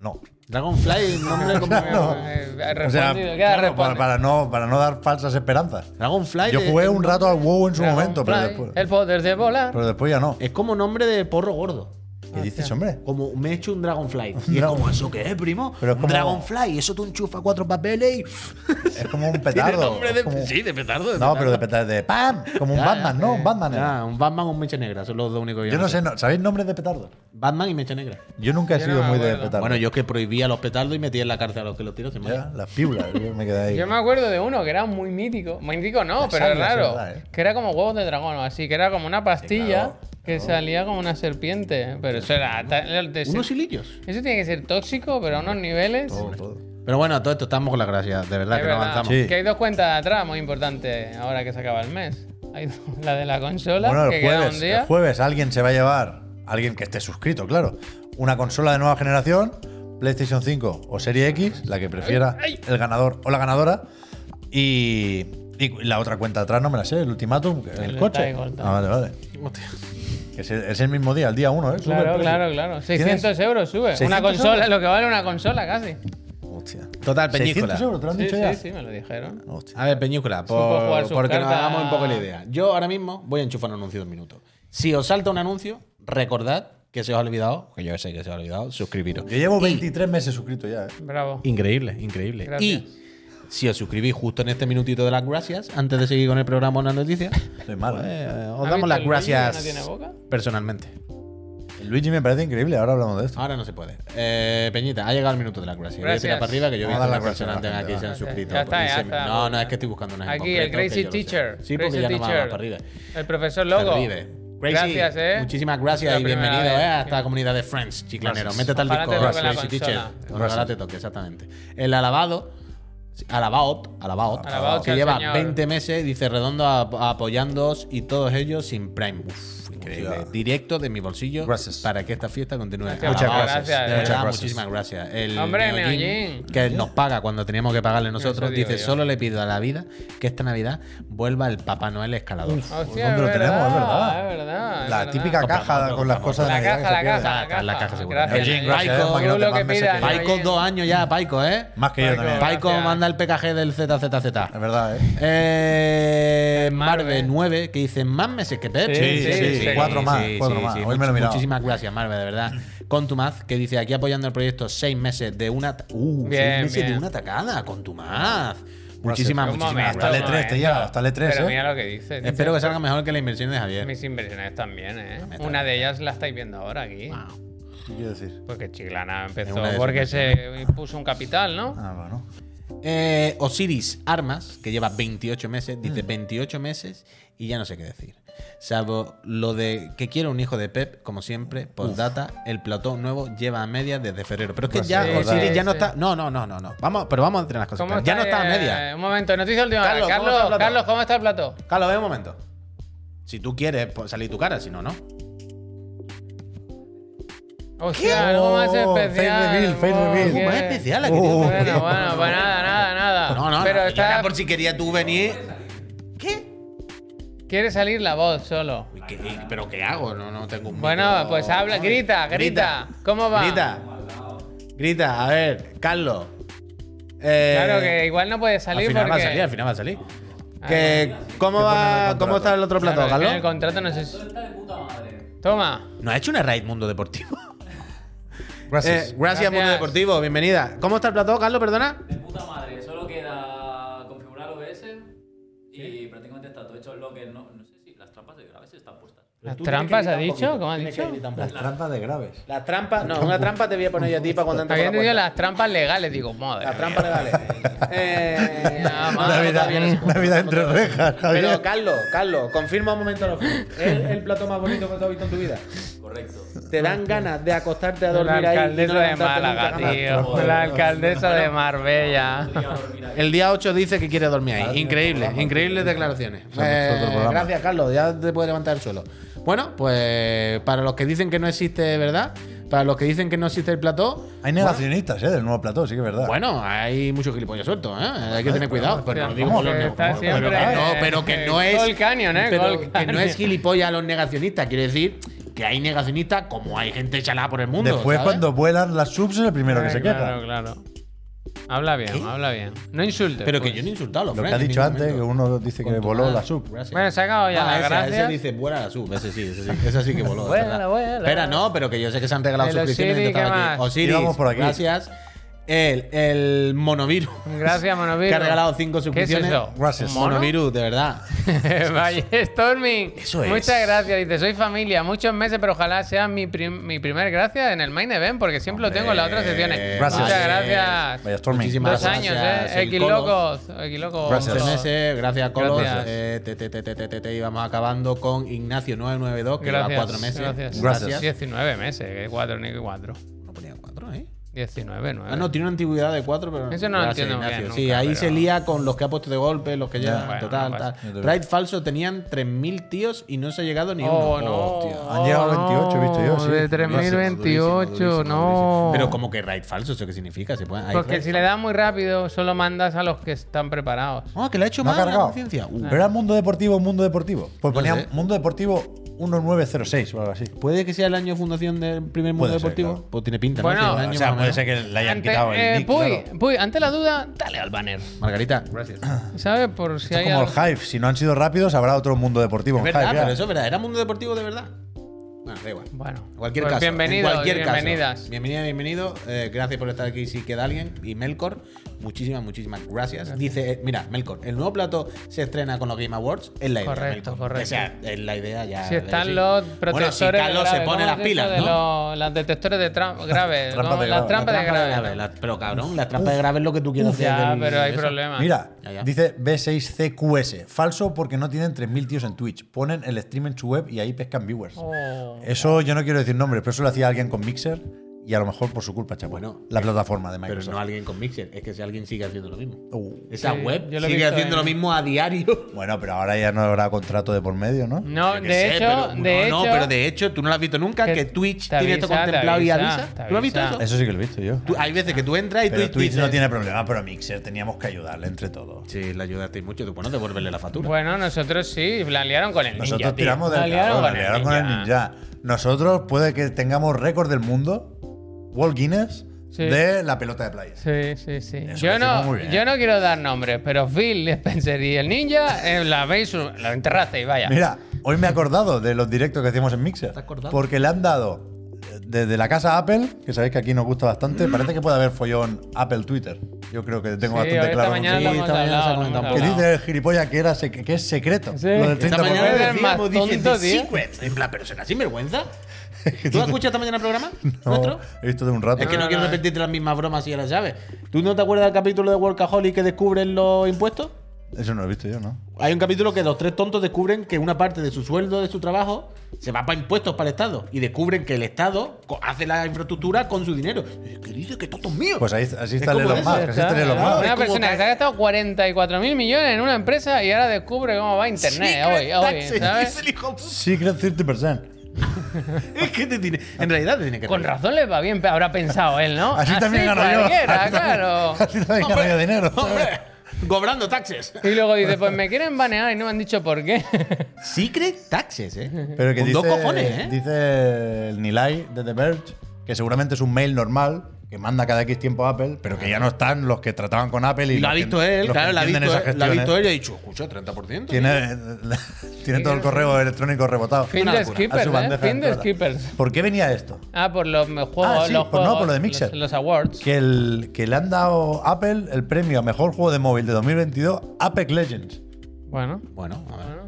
B: No.
C: Dragonfly, nombre como...
B: Claro.
A: Eh,
B: O sea,
A: respondido, queda
B: claro, para,
A: respondido.
B: para no, para no dar falsas esperanzas.
C: Dragonfly
B: Yo
C: de-
B: jugué
C: es
B: un rato al WoW en su
A: Dragonfly,
B: momento, pero después,
A: El poder de volar.
B: pero después ya no.
C: Es como nombre de porro gordo.
B: ¿Qué dices, hombre?
C: Como me he hecho un Dragonfly. Y es
B: dragon-
C: como, ¿eso qué es, primo?
B: Pero es
C: un
B: como-
C: Dragonfly, eso tú enchufas cuatro papeles y.
B: Es como un
C: Tiene
B: petardo.
C: nombre
B: es como-
C: de. Sí, de petardo. de
B: No,
C: petardo.
B: pero de petardo de ¡pam! Como un
C: Ya,
B: Batman,
C: ya,
B: ¿no?
C: sí.
B: Un Batman. era.
C: Ya, un Batman o un mecha negra, son los dos únicos que
B: Yo no sé, no- ¿sabéis nombres de petardo?
C: Batman y mecha negra.
B: Yo nunca he
A: Yo no
B: sido
A: me
B: muy de
A: acuerdo.
B: petardo.
C: Bueno, yo es que prohibía los petardos y metía en la cárcel a los que los tiros. se
B: Ya,
C: morían.
B: las piulas, yo me quedé ahí.
A: Yo me acuerdo de uno que era muy mítico. Muy mítico no, pero
B: sangre,
A: es raro.
B: es verdad, ¿eh?
A: Que era como huevos de dragón o así. Que era como una pastilla
B: claro,
A: que salía como una serpiente. Pero eso era... ta- el de-
C: Unos hilillos.
A: Eso tiene que ser tóxico, pero a unos niveles...
B: Todo, todo.
C: Pero bueno, a todo esto estamos con la gracia, de verdad
A: Es
C: que no
A: verdad.
C: avanzamos.
B: Sí.
A: Que hay dos cuentas atrás muy importantes ahora que se acaba el mes. Hay do- la de la consola,
B: Bueno,
A: que
B: el
A: queda
B: jueves,
A: un día.
B: el jueves alguien se va a llevar, alguien que esté suscrito, claro, una consola de nueva generación, PlayStation 5 o Serie X, la que prefiera el ganador o la ganadora, y, y la otra cuenta atrás no me la sé, el ultimátum, que es el,
A: El
B: coche.
A: Tiger, el Tiger.
B: Ah, vale, vale.
C: Hostia.
B: Que Es el, es el mismo día, el día 1, ¿eh? Sube el
A: Claro,
B: precio.
A: claro, claro. 600
B: ¿Tienes?
A: euros sube. Una
B: 600
A: consola,
B: euros.
A: lo que vale una consola casi.
B: Hostia. 600
C: Total, Peñíscola.
B: euros, te lo han
A: Sí,
B: dicho
A: sí,
B: ya.
A: sí, me lo dijeron.
B: Hostia.
C: A ver, Peñíscola,
A: puede jugar
C: por,
A: sus
C: porque nos
A: cartas.
C: hagamos un poco la idea. Yo ahora mismo voy a enchufar un anuncio de un minuto. Si os salta un anuncio, recordad que se os ha olvidado, que yo sé que se os ha olvidado, suscribiros.
B: Yo llevo 23 meses suscrito ya, ¿eh?
A: Bravo.
C: Increíble, increíble.
A: Gracias.
C: Y si os suscribís justo en este minutito de las gracias, antes de seguir con el programa Una Noticia,
B: Estoy mal. ¿eh?
C: os
A: ¿Ha
C: damos
A: visto el Luigi que
C: las
A: no
C: gracias
A: tiene boca?
C: personalmente.
B: El Luigi me parece increíble, ahora hablamos de esto.
C: Ahora no se puede. Eh, Peñita, ha llegado el minuto de las gracias. Voy a
A: Gracias.
C: tirar para arriba que yo
B: Vamos
C: vi
B: a dar
C: que las
B: las gracias
C: personas
B: a la
C: han que
B: gente,
C: se han
A: gracias.
C: suscrito.
A: Ya está,
C: porque
A: ya
C: se-
A: está.
C: No, no, es que estoy buscando unas en
A: Aquí
C: concreto,
A: el Crazy
C: que yo lo sé.
A: Teacher.
C: Sí, porque
A: Crazy
C: ya no me va
A: Teacher.
C: para arriba.
A: El profesor
C: Se
A: Logo.
C: revive. Crazy,
A: Gracias, eh.
C: Muchísimas
A: La
C: gracias y
A: primera
C: bienvenido
A: vez
C: eh, a esta
A: que-
C: comunidad de Friends, chiclaneros.
B: Gracias.
C: Métete al
A: Ojalá
C: disco
A: te toque
C: Crazy
A: la consola.
C: Teacher. Ojalá te toque, exactamente. El alabado. Alabaot, alabaot,
A: Alabaot sea
C: que
A: el
C: lleva
A: señor.
C: 20 meses, dice redondo, ap- apoyándoos y todos ellos sin Prime. Uf, increíble.
B: Hostia.
C: Directo de mi bolsillo
B: Gracias.
C: para que esta fiesta continúe.
A: Gracias,
C: Alabaot.
B: muchas gracias.
C: De verdad,
B: Muchas gracias.
C: muchísimas gracias. El
A: Hombre,
C: Neojin,
A: Neojin.
C: que nos paga cuando teníamos que pagarle nosotros,
A: Eso digo
C: dice,
A: yo.
C: solo le pido a la vida que esta Navidad vuelva el Papá Noel escalador.
A: Hostia,
B: ¿Dónde lo
A: es
B: tenemos? Es
A: verdad,
B: verdad.
A: es verdad, Ah, es
B: La
A: verdad.
B: típica
C: Compramos,
B: caja con las
C: compramos.
B: cosas de
A: La
B: Navidad que
A: caja,
B: se
A: la
B: pierden.
A: caja, la
C: Ah,
A: caja.
C: la caja segura.
A: Gracias,
B: Oye,
A: Neojin.
B: gracias,
A: Tú
B: imagínate,
A: lo
B: más
A: que
B: meses
A: pidas,
B: que-
A: Neojin.
C: Paico, dos años ya, Paico, ¿eh?
B: Más que yo también.
A: Gracias.
C: Paico manda el PKG del ZZZ.
B: Es verdad, ¿eh?
C: Eh,
A: Marve.
C: Marve 9, que dicen más meses que Pep.
A: Sí, sí, sí, cuatro
B: más, cuatro más. Hoy me lo he mirado.
C: Muchísimas gracias, Marve, de verdad. Contumaz, que dice aquí apoyando el proyecto seis meses de una. ta- Uh,
A: Bien,
C: seis meses
A: bien.
C: de una atacada, Contumaz. Muchísimas,
A: Un
C: muchísimas
A: momento,
C: gracias.
B: Hasta el
A: un
B: E3 te
A: momento.
B: llega, hasta el E3,
A: Pero
B: ¿eh?
A: mira lo que dice. dice,
C: Espero que salga mejor que la inversión de Javier.
A: Mis inversiones también, ¿eh?
C: está
A: Una de ellas la estáis viendo ahora aquí.
C: Wow.
B: ¿Qué quiero decir?
A: Porque Chiclana
C: Es
A: empezó
C: una de sus
A: porque se puso un capital, ¿no?
B: Ah, bueno.
C: Eh, Osiris Armas, que lleva 28 meses,
A: Mm.
C: dice 28 meses y ya no sé qué decir. Salvo lo de que quiero un hijo de Pep, como siempre, postdata, el plató nuevo lleva a medias desde febrero. Pero es que
B: Pues
C: ya
B: sí,
C: Osiris
A: sí,
C: ya no
A: sí.
C: está. No, no, no, no, no. Vamos, pero vamos a tener las cosas.
A: ¿Cómo
C: claras. Ya no está a
A: eh,
C: medias.
A: Un momento, noticia última. hora.
C: Carlos, ¿cómo
A: Carlos,
C: está el
A: ¿cómo
C: plato?
A: Carlos, ¿cómo está el plato?
C: Carlos, ven un momento. Si tú quieres pues, salir tu cara, si no, no.
A: Hostia, algo más
B: Oh, face
A: especial.
B: reveal, face
A: wow,
B: reveal.
A: qué-
C: Algo más especial aquí,
B: Oh.
C: tío.
A: Bueno, bueno, pues nada, nada, nada.
C: No, no, no.
A: Pero
C: yo
A: está-
C: era por si quería tú venir. ¿Qué?
A: quiere salir la voz solo.
C: Uy, ¿qué- eh, ¿Pero qué hago? No, no tengo un
A: Bueno,
C: micro.
A: pues habla,
C: Ay,
A: grita, grita. ¿Cómo va?
C: Grita. Grita, a ver, Carlos. Eh,
A: Claro que igual no puede
C: Al
A: salir
C: final va a
A: porque.
C: salir, al final va a salir.
A: Ah,
C: Que, ¿cómo,
B: Que pongan
C: va,
B: el
C: ¿Cómo
B: contrato.
C: está el otro plato,
A: Claro, es que en el
C: Carlos?
A: contrato no sé si. Toma.
C: Nos ha hecho una raid Mundo Deportivo.
B: Gracias.
C: Eh, gracias, Mundo
A: Gracias.
C: Deportivo, bienvenida. ¿Cómo está el plato, Carlos? Perdona.
D: De puta madre, solo queda configurar OBS y prácticamente está todo hecho. Lo que no, no sé si las trampas de graves están puestas.
A: ¿Las trampas ha dicho? ¿Cómo has dicho?
B: Las trampas de graves.
C: Las trampas, no, una trampa te voy a poner yo a ti para cuando entres
A: Había
C: por la
A: entendido
C: puerta.
A: las trampas legales, digo, madre.
C: Las
A: mía.
C: trampas legales. eh,
A: No,
C: no,
B: Una
A: madre,
C: no
B: vida,
C: está bien eso.
B: una vida entre rejas,
C: Pero
B: Javier.
C: Carlos, Carlos, confirma un momento los ¿Es el plato más bonito que tú has visto en tu vida?
D: Correcto.
C: Te dan ganas de acostarte a
A: La
C: dormir ahí. y no
A: alcaldesa de
C: levantarte nunca
A: Málaga,
C: jamás.
A: tío. La alcaldesa de Marbella.
D: Podría dormir ahí.
C: El día 8 dice que quiere dormir ahí. Increíble, increíbles declaraciones.
B: Son nuestros
C: Eh,
B: programas.
C: gracias, Carlos. Ya te puedes levantar el suelo. Bueno, pues para los que dicen que no existe, ¿verdad? Para los que dicen que no existe el plató.
B: Hay negacionistas, ¿eh? Del nuevo plató, sí que es verdad.
C: Bueno, hay muchos gilipollas sueltos, ¿eh? Hay que tener cuidado. Pero no
A: Vamos,
C: digo por los
A: que
C: neg-
A: está
C: pero que
A: siempre,
C: no,
A: eh,
C: pero que no es.
A: Gold Canyon, ¿eh?
C: pero
A: Gold
C: que no
A: Canyon.
C: es gilipollas los negacionistas. Quiere decir que hay negacionistas como hay gente chalada por el mundo.
B: Después,
C: ¿sabes?
B: cuando vuelan las subs, es el primero que
A: Eh,
B: se queja.
A: Claro, claro. Habla bien, habla bien. No insultes.
C: Pero que
A: pues.
C: yo no he insultado a los
B: Lo que
C: friends
B: ha
C: en
B: dicho
C: ningún
B: antes, que
C: momento.
B: uno dice que
C: Con tu-
B: voló
C: ah,
B: la sub.
C: gracias.
A: Bueno, se ha acabado ya ¿eh?
C: Ah,
A: la
C: esa,
A: gracia.
C: ese dice, vuela la sub, ese sí, ese sí, ese sí que voló. es
A: Vuela,
C: verdad.
A: vuela.
C: Espera, no, pero que yo sé que se han regalado
A: El
C: suscripciones
A: Osiris,
C: y están
A: ¿qué
C: aquí.
A: más?
C: Osiris,
B: Y vamos por aquí.
C: gracias. El, el monovirus.
A: Gracias, Monovirus.
C: Que ha regalado cinco suscripciones.
A: ¿Qué es eso?
B: Gracias.
A: ¿Un mono?
C: Monovirus, de verdad.
A: Vaya, Storming.
B: Eso es.
A: Muchas gracias. Dice, soy familia, muchos meses, pero ojalá sea mi, prim- mi primer gracias en el main event, porque siempre lo tengo en las otras sesiones.
B: Gracias.
A: Muchas
C: Vale.
A: gracias.
B: Vaya Stormy.
C: Muchísimas
A: Dos
C: gracias.
A: años, ¿eh?
C: el
A: X
C: Colos.
A: locos. X locos.
B: Gracias.
C: Once meses, gracias Colos.
A: Gracias.
C: Eh, te, te, te, te, te, te, te, y vamos acabando con Ignacio 992, que
A: Gracias.
C: lleva cuatro meses.
A: Gracias.
B: Gracias.
A: 19 meses, que 4 ni 4.
C: No ponía cuatro, ¿eh?
A: 19, 9.
C: Ah, no, tiene una antigüedad de 4, pero.
A: Eso no lo entiendo muy bien
C: Sí,
A: nunca,
C: ahí
A: pero-
C: se lía con los que ha puesto de golpe, los que
B: Ya.
C: llevan.
A: Bueno,
C: total,
A: no pasa.
C: tal. Raid falso tenían 3.000 tíos y no se ha llegado ni
A: Oh,
C: uno.
A: no.
C: Hostia.
B: Han llegado
A: no,
B: 28, he visto yo,
A: De
B: sí.
C: Durísimo,
A: 3028,
C: durísimo,
A: no.
C: durísimo. Pero como que raid falso, ¿eso qué significa? ¿Se puede, hay
A: Porque
C: raid
A: si le
C: falso.
A: das muy rápido, solo mandas a los que están preparados.
C: Ah, que le ha hecho
B: No ha
C: mal la
B: cargado.
C: conciencia. Uh,
B: Pero era Mundo Deportivo, Mundo Deportivo. Pues
C: No
B: ponía
C: sé.
B: Mundo Deportivo 1906 o algo así.
C: ¿Puede que sea el año de fundación del primer mundo
B: Puede ser,
C: deportivo?
B: claro.
C: Pues tiene pinta,
A: Bueno,
C: ¿no? Tiene
A: o
C: un año
B: o sea,
C: más
B: puede
C: menos.
B: ser que le hayan
A: Ante-
B: quitado el
A: eh,
B: nick,
A: Puy,
B: claro.
A: Puy, ante la duda, dale al banner.
C: Margarita, gracias.
A: ¿Sabes? Por si
B: Es
A: hay
B: como el
A: algo.
B: Hive. Si no han sido rápidos, habrá otro Mundo Deportivo.
C: Es
B: en
C: verdad,
B: Hive, ya.
C: pero eso es verdad. ¿Era mundo deportivo de verdad? Bueno, da igual.
A: Bueno,
C: En cualquier
A: pues
C: caso. en
A: bienvenidos
C: cualquier
A: y
C: caso.
A: bienvenidas.
C: Bienvenida, bienvenido. Eh, gracias por estar aquí si queda alguien. Y Melkor, muchísimas, muchísimas gracias. Dice, eh, mira, Melkor, el nuevo plato se estrena con los Game Awards. Es la idea.
A: Correcto,
C: Melkor.
A: correcto.
C: O sea, es la idea ya.
A: Si están
C: sí.
A: los
C: Bueno,
A: protectores
C: si Carlos
A: de grave,
C: se pone
A: ¿cómo
C: las
A: es eso de
C: pilas, ¿no?
A: los- las detectores de tra- graves,
B: Trampas
A: ¿cómo?
B: de
A: las
B: grave.
A: trampas de
C: Trampa
A: grave.
C: de grave, la- pero cabrón, las trampas de grave es lo que tú quieres hacer.
A: Ya,
C: del-
A: pero hay
C: eso.
A: problemas.
B: Mira,
C: Ya, ya.
B: dice B6CQS. Falso porque no tienen 3.000 tíos en Twitch. Ponen el stream en su web y ahí pescan viewers.
A: Oh.
B: Eso yo no quiero decir nombres, pero eso lo hacía alguien con Mixer y a lo mejor por su culpa, chaval.
C: Bueno,
B: la plataforma de
C: Pero
B: Microsoft.
C: no alguien con Mixer, es que si alguien sigue haciendo lo mismo.
B: Uh.
C: Esa
A: Sí,
C: web
A: yo lo he
C: sigue
A: visto
C: haciendo
A: en-
C: lo mismo a diario.
B: Bueno, pero ahora ya no habrá contrato de por medio, ¿no?
A: No,
C: Yo qué
A: de
C: sé,
A: hecho,
C: pero-
A: de
C: no, no,
A: hecho-
C: pero de hecho, tú no lo has visto nunca, que,
A: que
C: Twitch
A: te
C: tiene esto
A: avisa, te
C: contemplado y
A: avisa,
C: avisa.
A: te
C: ¿Tú lo has visto
A: avisa.
C: eso?
B: Eso sí que lo he visto yo.
C: Tú- hay veces que tú entras y
B: Pero
C: Twitch,
B: Twitch
C: dice-
B: no tiene problema, pero Mixer teníamos que ayudarle entre todos.
C: Sí, le ayudaste mucho. Tú, bueno, devuélvele la factura.
A: Bueno, nosotros sí, la liaron con el ninja.
B: Nosotros
A: tío.
B: tiramos
A: La
B: del
A: liaron
B: carro,
A: con
B: la
A: el
B: liaron con el
A: ninja.
B: ninja. Nosotros puede que tengamos récord del mundo, World Guinness,
A: Sí.
B: de la pelota de playa.
A: Sí, sí, sí.
B: Eso lo
A: Yo
B: hicimos
A: no,
B: muy bien.
A: yo no quiero dar nombres, pero Phil Spencer y el ninja eh, la veis, lo enterrasteis, vaya.
B: Mira, hoy me he acordado de los directos que hacíamos en Mixer.
C: ¿Te has acordado?
B: Porque le han dado eh, desde la casa Apple, que sabéis que aquí nos gusta bastante,
C: Mm.
B: parece que puede haber follón Apple Twitter. Yo creo que tengo
A: Sí,
B: bastante
A: hoy esta
B: claro.
A: mañana
C: sí,
A: lo hemos
C: esta mañana se ha
A: hablado. lo hemos
C: comentado
B: que
A: hablado.
B: dice el gilipollas que, era sec- que es secreto.
A: Sí.
B: Lo del
A: Esta
C: Esta
B: 30%.
C: mañana
A: eres
C: decíamos,
A: más
C: dice,
A: tonto,
C: "The
A: tío".
C: Secret. En plan, pero será sin vergüenza. ¿Tú has escuchado esta mañana el programa?
B: No,
C: ¿Nuestro?
B: he visto de un rato.
C: Es que
A: No,
C: no,
A: no,
C: quiero
A: no.
C: repetirte las mismas bromas si ya las sabes. ¿Tú no te acuerdas del capítulo de Workaholic que descubren los impuestos?
B: Eso no lo he visto yo, ¿no?
C: Hay un capítulo que los tres tontos descubren que una parte de su sueldo, de su trabajo, se va para impuestos para el Estado. Y descubren que el Estado co- hace la infraestructura con su dinero. Eh, ¿Qué dice? Que todo es mío.
B: Pues ahí, así está
C: como
B: Elon
C: eso,
B: Musk.
A: Ya
B: Así
A: está,
B: está Elon
A: claro.
B: Musk.
C: Es
A: Una
C: como
A: persona
C: que-
A: que se ha gastado 44 mil millones en una empresa y ahora descubre cómo va internet hoy, hoy,
C: Taxi,
A: ¿sabes?
C: es el hijo puta.
B: Secret 30%.
C: Es que te tiene. En realidad te tiene que.
A: Con razón le va bien, pe- habrá pensado él, ¿no?
B: Así también gano yo.
A: cualquiera,
B: Así también-
A: claro.
B: Así también gano yo dinero. ¿sabes?
C: Hombre, cobrando taxes.
A: Y luego dice, pues me quieren banear y no me han dicho por qué.
C: Secret taxes, ¿eh?
B: Pero que
C: Con
B: dice,
C: dos cojones, ¿eh?
B: dice el Nilay de The Verge que seguramente es un mail normal que manda cada X tiempo a Apple, pero que ya no están los que trataban con Apple. Y,
C: Y lo
B: los
C: ha
B: que-
C: visto él,
B: los que
C: claro, lo ha
B: entienden
C: visto,
B: esas
C: él, lo ha
B: gestiones.
C: visto él y ha dicho, escucha, 30%.
B: Tiene, tiene todo el correo electrónico rebotado.
A: Fin
C: Una
A: de
C: locura.
B: a
A: skippers,
B: su
A: ¿eh?
B: bandeja de
A: Fin de
B: entrada.
A: skippers.
B: ¿Por qué venía esto?
A: Ah, por los me- juegos,
B: sí,
A: los
B: por- no,
A: juegos,
B: por lo de Mixer.
A: Los, los awards.
B: Que, el, que le han dado Apple el premio a mejor juego de móvil de 2022, Apex Legends.
A: Bueno.
C: Bueno, a ver.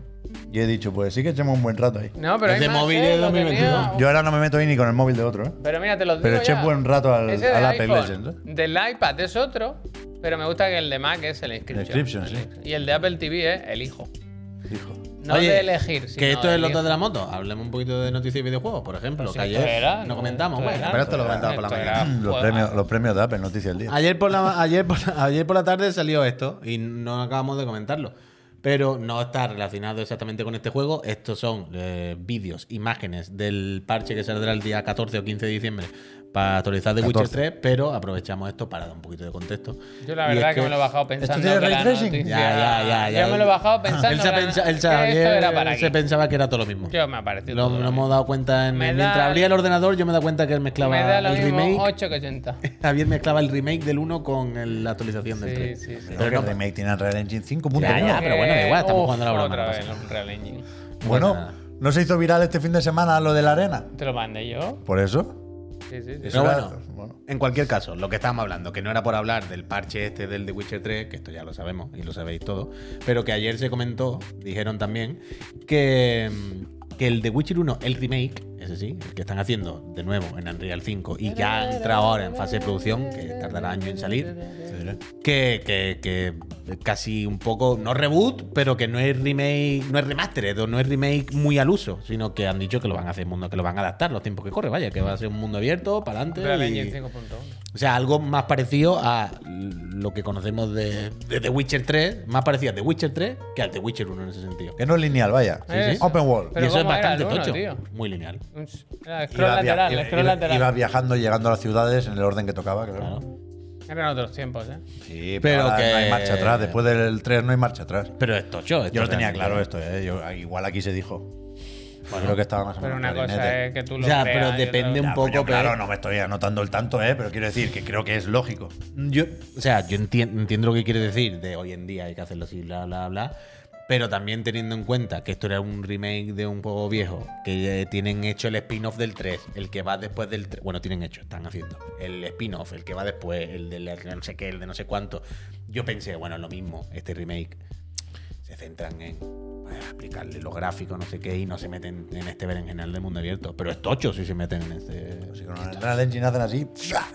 B: Y he dicho, pues sí que echemos un buen rato ahí.
A: No, pero
C: Es
A: hay
C: de
A: más,
C: móvil
A: eh,
C: de
A: lo
C: 2022.
A: tenía.
B: Yo ahora no me meto ahí ni con el móvil de otro, ¿eh?
A: Pero mira, te los digo
B: Pero eché
A: ya.
B: buen rato al,
A: Ese
B: al
A: del
B: Apex
A: iPhone,
B: Legends. ¿eh?
A: Del iPad es otro, pero me gusta que el de Mac es el Inscription.
B: Inscription, sí.
A: Y el de Apple TV es el hijo.
B: Hijo.
A: No
C: Oye,
A: de elegir, sino
C: Que esto
A: del
C: es lo
A: hijo.
C: de la moto. Hablemos un poquito de noticias y videojuegos, por ejemplo.
A: Pues
C: que
A: esto
C: ayer
A: era,
C: no comentamos.
A: esto
C: bueno.
A: era.
C: pero
A: Ah, esto lo comentaba por la mañana. Ah,
B: los,
A: pues,
B: premios,
A: vale.
B: los premios de Apple, noticia del día.
C: Ayer por, la, ayer, por la- ayer por la tarde salió esto y no acabamos de comentarlo. Pero no está relacionado exactamente con este juego. Estos son eh, vídeos, imágenes del parche que saldrá el día 14 o 15 de diciembre para actualizar The
B: 14.
C: Witcher 3. Pero aprovechamos esto para dar un poquito de contexto.
A: Yo la
C: Y
A: verdad
C: es
A: que, me lo he bajado pensando.
B: tiene
A: que
B: ray
A: la
B: tracing?
A: noticia-
C: Ya, ya, ya, ya.
A: Yo me lo he bajado pensando.
C: Él se,
A: que la-
C: pensa- él se-
A: que esto era para
C: él
A: aquí.
C: se pensaba que era todo lo mismo.
A: Yo me ha parecido.
C: Lo,
A: todo
C: lo
A: lo
C: hemos
A: mismo.
C: dado cuenta en,
A: Me
C: mientras
A: da-
C: abría el ordenador, yo me he dado cuenta que él mezclaba
A: Me da lo
C: el
A: mismo
C: remake.
A: 8 que 80.
C: Javier mezclaba el remake del 1 con el- la actualización del
A: Sí,
C: 3.
A: sí, sí.
B: Pero
C: Pero
B: que
C: no-
B: el remake tiene Unreal Engine 5.
C: Ya, ya, pero bueno, da igual, estamos
A: Uf,
C: jugando a la broma,
A: Otra
C: no pasa
A: vez,
C: nada.
A: un Real Engine.
B: Bueno,
C: Bueno.
B: ¿no se hizo viral este fin de semana lo de la arena?
A: ¿Te lo mandé yo?
B: Por eso.
A: Sí, sí, sí.
C: Pero
B: Eso era-
C: bueno, en cualquier caso, lo que estábamos hablando, que no era por hablar del parche este del The Witcher 3, que esto ya lo sabemos y lo sabéis todo, pero que ayer se comentó, dijeron también, que, mm, que el The Witcher 1, el remake, ese sí, el que están haciendo de nuevo en Unreal 5 y que ha entrado ahora en fase de producción, que tardará años en salir, que, que- que casi un poco, no reboot, pero que no es remake, no es remastered o no es remake muy al uso, sino que han dicho que lo van a hacer mundo, que lo van a adaptar los tiempos que corre, vaya, que va a ser un mundo abierto, para
A: Real Engine
C: adelante.
A: 5.1.
C: O sea, algo más parecido a lo que conocemos de, de The Witcher 3, más parecido a The Witcher 3 que al The Witcher 1 en ese sentido.
B: Que no es lineal, vaya.
A: sí.
B: Open world.
A: Pero
C: y eso es
A: ¿cómo era
C: bastante
A: el uno,
C: tocho,
A: tío?
C: muy lineal.
A: Un s- era Scroll
B: Ibas
A: lateral,
B: iba-
A: scroll
B: iba-
A: lateral.
B: ibas viajando y llegando a las ciudades en el orden que tocaba, claro.
C: Claro.
A: Eran otros tiempos, ¿eh?
B: Sí,
C: Pero
B: ahora
C: que-
B: no hay marcha atrás. Después del 3 no hay marcha atrás.
C: Pero es tocho. esto
B: Yo lo tenía
C: realmente.
B: claro esto, ¿eh? Yo- igual aquí se dijo. Creo que estaba más o
A: Pero
B: menos
A: una cosa
B: clarinete.
A: es que tú lo
C: Ya,
A: creas
C: pero
A: y otra
C: depende
A: cosa-
C: un
B: Ya,
C: poco,
B: yo, claro,
C: pero-
B: no me estoy anotando el tanto, ¿eh? pero quiero decir que creo que es lógico.
C: Yo, o sea, yo entien- entiendo lo que quiere decir de hoy en día hay que hacerlo así, bla, bla, bla. Pero también teniendo en cuenta que esto era un remake de un juego viejo, que eh, tienen hecho el spin-off del 3, el que va después del 3. Bueno, tienen hecho, están haciendo. El spin-off, el que va después, el de no sé qué, el de no sé cuánto. Yo pensé, bueno, es lo mismo, este remake. Se centran en eh, aplicarle los gráficos, no sé qué, y no se meten en este berenjenal del mundo abierto. Pero es tocho si se meten en este.
B: Pues Si con el Unreal Engine hacen así, ¡fua!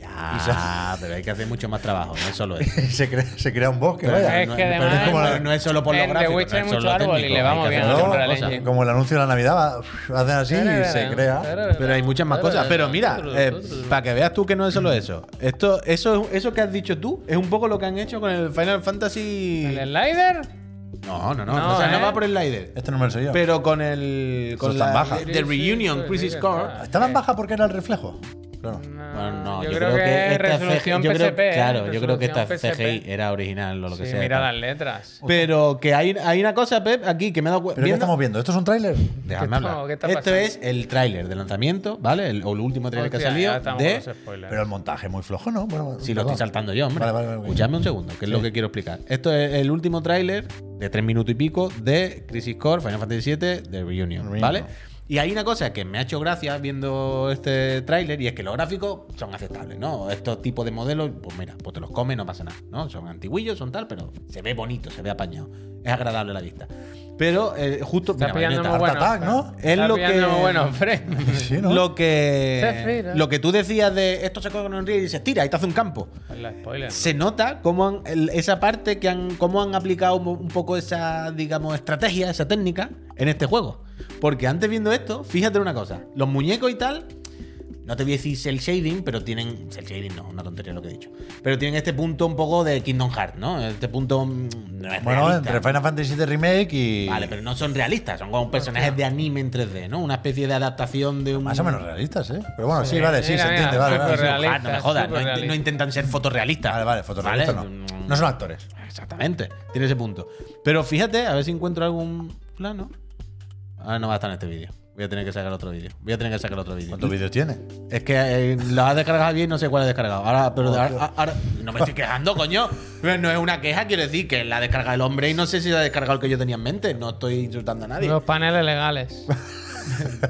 C: Ya, pero hay que hacer mucho más trabajo, no es solo eso.
B: y se crea, se crea un bosque,
C: Pero eh,
B: vaya.
A: es que
C: pero
A: además-
C: como la- no es solo por los
A: en The
C: gráficos,
A: Witcher
C: no es
A: hay
C: solo
A: mucho árbol y
C: técnico,
A: le va
C: hay que
A: moviendo
C: hacer
A: el
B: No,
C: otras
A: Unreal
C: cosas.
A: Engine.
B: como el anuncio de la Navidad, va, ¡fua! hacen así y se crea.
C: Pero hay muchas más cosas. Pero mira, eh, para que veas tú que no es solo eso. Esto, eso, eso que has dicho tú es un poco lo que han hecho con el Final
A: ¿El
C: Fantasy.
A: slider?
C: No, no, no.
A: No,
C: o sea, no
A: ¿eh?
C: va por el Lider.
B: Este no me lo sé yo.
C: Pero con el. Con
B: Eso está
C: la,
B: en baja.
C: The Reunion, Crisis Core.
B: Estaba en baja porque era el reflejo. Claro.
C: Bueno, no,
A: yo, creo, que es
C: esta es
A: resolución
C: yo creo-
A: PSP. ¿eh?
C: Claro, yo creo que esta
A: Resolución
C: CGI
A: PSP.
C: era original o eh, lo que
A: Sí,
C: sea.
A: mira las letras.
C: Pero que hay, hay una cosa, Pep, aquí que me he dado cuenta.
B: ¿Pero qué estamos viendo? ¿Esto es un tráiler?
C: Déjame
A: ¿Qué
C: hablar.
A: está- qué está
C: Esto
A: pasando?
C: es el tráiler de lanzamiento, ¿vale? El, o el último tráiler que ha
A: Hostia,
C: salido
A: ya estamos
C: de...
A: con los spoilers.
B: Pero el montaje muy flojo, ¿no? Bueno,
C: Si lo estoy
B: perdón.
C: saltando yo, hombre.
B: Vale, vale, vale, ok.
C: Escuchadme un segundo, que es lo que quiero explicar. Esto es el último tráiler de tres minutos y pico de Crisis Core, Final Fantasy VII, de Reunion,
B: Reunion.
C: ¿vale? Y hay una cosa que me ha hecho gracia viendo este tráiler y es que los gráficos son aceptables, ¿no? Estos tipos de modelos, pues mira, pues te los comes, no pasa nada, ¿no? Son antiguillos, son tal, pero se ve bonito, se ve apañado. Es agradable a la vista. Pero eh, justo...
A: Está
C: mira,
A: pillando
C: Bayonetta,
A: muy bueno.
B: Art Attack, ¿no?
A: Está
C: Es lo
A: pillando
C: que-
A: muy bueno, Fred.
B: Sí, ¿no?
C: Lo que,
A: Zephyr, ¿eh?
C: lo que tú decías de esto se coge con un río y se estira y te hace un campo.
A: La spoiler.
C: Se nota cómo han- el- esa parte que han, cómo han aplicado mo- un poco esa, digamos, estrategia, esa técnica en este juego. Porque antes viendo esto, fíjate en una cosa: los muñecos y tal, no te voy a decir cel shading, pero tienen. Cel shading no, una tontería lo que he dicho. Pero tienen este punto un poco de Kingdom Hearts, ¿no? Este punto. mm, no es
B: Bueno,
C: realista.
B: entre Final Fantasy VII Remake y.
C: Vale, pero no son realistas, son como personajes de anime en 3D, ¿no? Una especie de adaptación de un.
B: Más o menos realistas, ¿eh? Pero bueno, sí, vale, sí,
A: mira,
B: se
A: mira,
B: entiende, vale.
A: súper
B: Vale, sí.
A: realista.
C: Ah, no me jodas, no,
A: superrealista.
C: int- no intentan ser fotorrealistas.
B: vale, vale, fotorrealistas
C: Vale,
B: no.
C: mm,
B: No son actores.
C: Exactamente, tiene ese punto. Pero fíjate, a ver si encuentro algún plano. Ahora no va a estar en este vídeo. Voy a tener que sacar otro vídeo. Voy a tener que sacar otro vídeo.
B: ¿Cuántos vídeos tiene?
C: Es que eh, lo has descargado bien, no sé cuál has descargado. Ahora,
B: Oh,
C: pero ahora, ahora- no me estoy quejando, coño. Pero No es una queja, quiero decir que la descarga el hombre y no sé si la ha descargado el que yo tenía en mente. No estoy insultando a nadie.
A: Los paneles legales.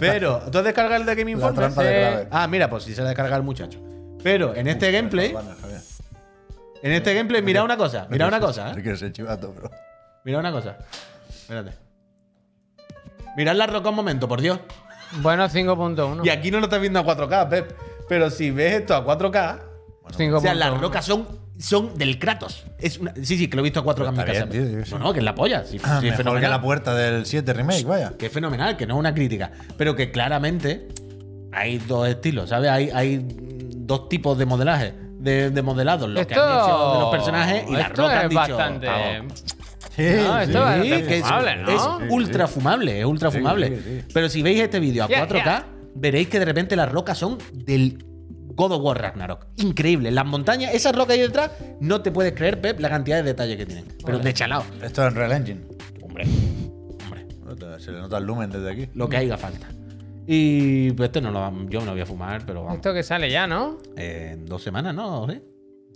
C: Pero, ¿tú has descargado el de Game
B: La
C: Informer?
B: trampa de clave.
C: Ah, mira, pues sí se la ha descargado el muchacho. Pero en este gameplay,
B: Bueno, Javier.
C: en este gameplay, mira una cosa, mira una cosa,
B: Te
C: ¿eh?
B: quieres ser chivato, bro.
C: Mira una cosa. Espérate. Mirad la roca un momento, por Dios.
A: Bueno, 5.1.
C: Y aquí no lo estás viendo a 4K, Pep. Pero si ves esto a 4K, o sea, las
A: 5.1.
C: rocas son, son del Kratos. Es una- sí, sí, que lo he visto a 4K en mi
B: Está
C: casa.
B: bien, tío, yo sí.
C: no, no, que es la polla.
B: Ah,
C: Sí, sí, es
B: mejor que
C: fenomenal.
B: la puerta del 7 Remake, vaya.
C: que es fenomenal, que no es una crítica, pero que claramente hay dos estilos, ¿sabes? Hay, hay dos tipos de modelaje, de, de modelados, lo que han hecho de los personajes y la
A: esto
C: roca
A: es
C: han dicho,
A: bastante.
C: "Pavo".
B: Sí,
A: No, esto va-
C: Sí,
A: bastante
C: que es,
A: fumable, ¿no?
C: es
A: Sí,
C: ultra fumable, es ultra
B: Sí,
C: fumable.
B: sí, sí.
C: Pero si veis este vídeo a
A: Yeah,
C: 4K,
A: yeah.
C: veréis que de repente las rocas son del God of War Ragnarok. Increíble. Las montañas, esas rocas ahí detrás, no te puedes creer, Pep, la cantidad de detalles que tienen. Pero de chalao.
B: Esto es Unreal Engine.
C: Hombre, hombre.
B: Se le nota el lumen desde aquí.
C: lo que haga falta. Y pues este no lo, va- yo me lo voy a fumar, pero vamos.
A: Esto que sale ya, ¿no?
C: Eh, en dos semanas, ¿no? ¿Sí?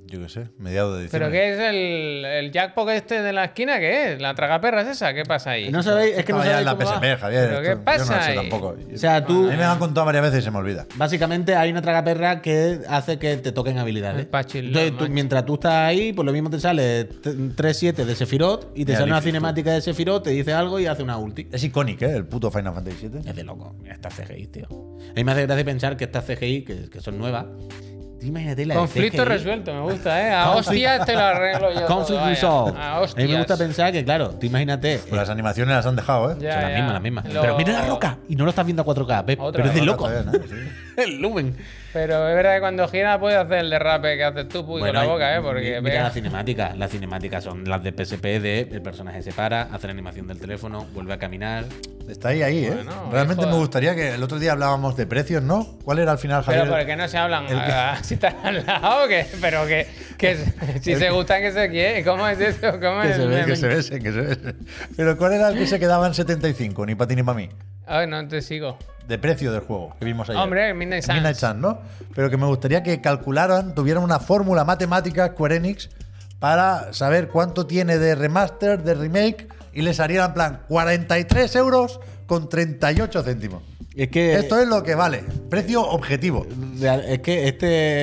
B: Yo qué sé, mediados de diciembre.
A: ¿Pero qué es el, el jackpot este de la esquina? ¿Qué es? ¿La tragaperra es esa? ¿Qué pasa ahí?
C: No sabéis, es que no
B: Estaba ya en
C: sabéis
B: la
C: cómo va.
B: PSP, Javier.
A: ¿Pero
B: esto
A: qué
B: Yo no
A: pasa
B: lo sé
A: ahí?
B: tampoco.
C: O sea,
B: a
C: tú,
B: mí me lo han contado varias veces y se me olvida.
C: básicamente hay una tragaperra que hace que te toquen habilidades.
A: El pachilán,
C: Entonces, tú-
A: macho.
C: mientras tú estás ahí, pues lo mismo te sale t- 3-7 de Sephiroth y te
B: Mira,
C: sale una
B: dices tú.
C: cinemática de Sephiroth, te dice algo y hace una ulti.
B: Es icónico, ¿eh? El puto Final Fantasy VII.
C: Es de loco, esta CGI, tío. A mí me hace gracia pensar que estas CGI, que, que son nuevas, tú imagínate la de
A: Conflicto
C: CGI.
A: resuelto, me gusta, ¿eh? A
C: Conflict-
A: hostias te lo arreglo yo. todo,
C: Conflict
A: vaya.
C: resolved.
A: A
C: A
A: hostias.
C: mí me gusta pensar que, claro, tú imagínate.
B: Pues
C: eh,
B: las animaciones las han dejado, ¿eh?
A: Ya,
C: son las
A: ya.
C: mismas, las mismas.
A: Lo-
C: Pero mira la roca y no lo estás viendo a 4K, Pep,
A: Otra
C: pero es de
A: vez.
C: loco.
B: Está bien, ¿eh? Sí.
C: el lumen.
A: Pero es verdad que cuando gira puedes hacer el derrape que haces tú, puy, con la boca, ¿eh? Porque
C: mira
A: pega.
C: las cinemáticas. Las cinemáticas son las de PSP de el personaje se para, hace la animación del teléfono, vuelve a caminar.
B: Está ahí, ahí, ¿eh?
A: Bueno,
B: Realmente
A: hijo.
B: me gustaría que el otro día hablábamos de precios, ¿no? ¿Cuál era al final, Javier?
A: Pero porque no se hablan ah, si están al lado, que, pero que, que si se gustan que se quieren. ¿Cómo es eso? ¿Cómo
B: Que
A: es
B: se
A: el
B: ve,
A: meme?
B: que se besen, que se besen. Pero ¿cuál era el que se quedaba en 75? Ni para ti ni para mí.
A: Ay, no te sigo.
B: De precio del juego que vimos ayer.
A: Hombre, Midnight Suns.
B: Midnight Suns, ¿no? Pero que me gustaría que calcularan, tuvieran una fórmula matemática Square Enix para saber cuánto tiene de remaster, de remake, y les harían en plan 43 euros con 38 céntimos.
C: Es que.
B: Esto es lo que vale, precio objetivo.
C: Real- Es que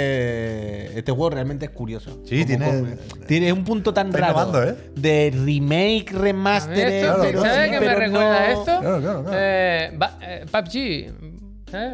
C: este, este juego realmente es curioso.
B: Sí, tiene-
C: tiene un punto tan
B: está
C: raro
B: innovando, ¿eh?
C: de
A: A
C: remake,
A: mí esto-
C: remaster. eh,
B: Claro, claro,
A: ¿Sabes
B: sí,
A: qué me
C: pero
A: recuerda
C: no-
A: esto?
B: Claro, claro, claro.
A: Eh, ba- eh, PUBG. ¿sabes?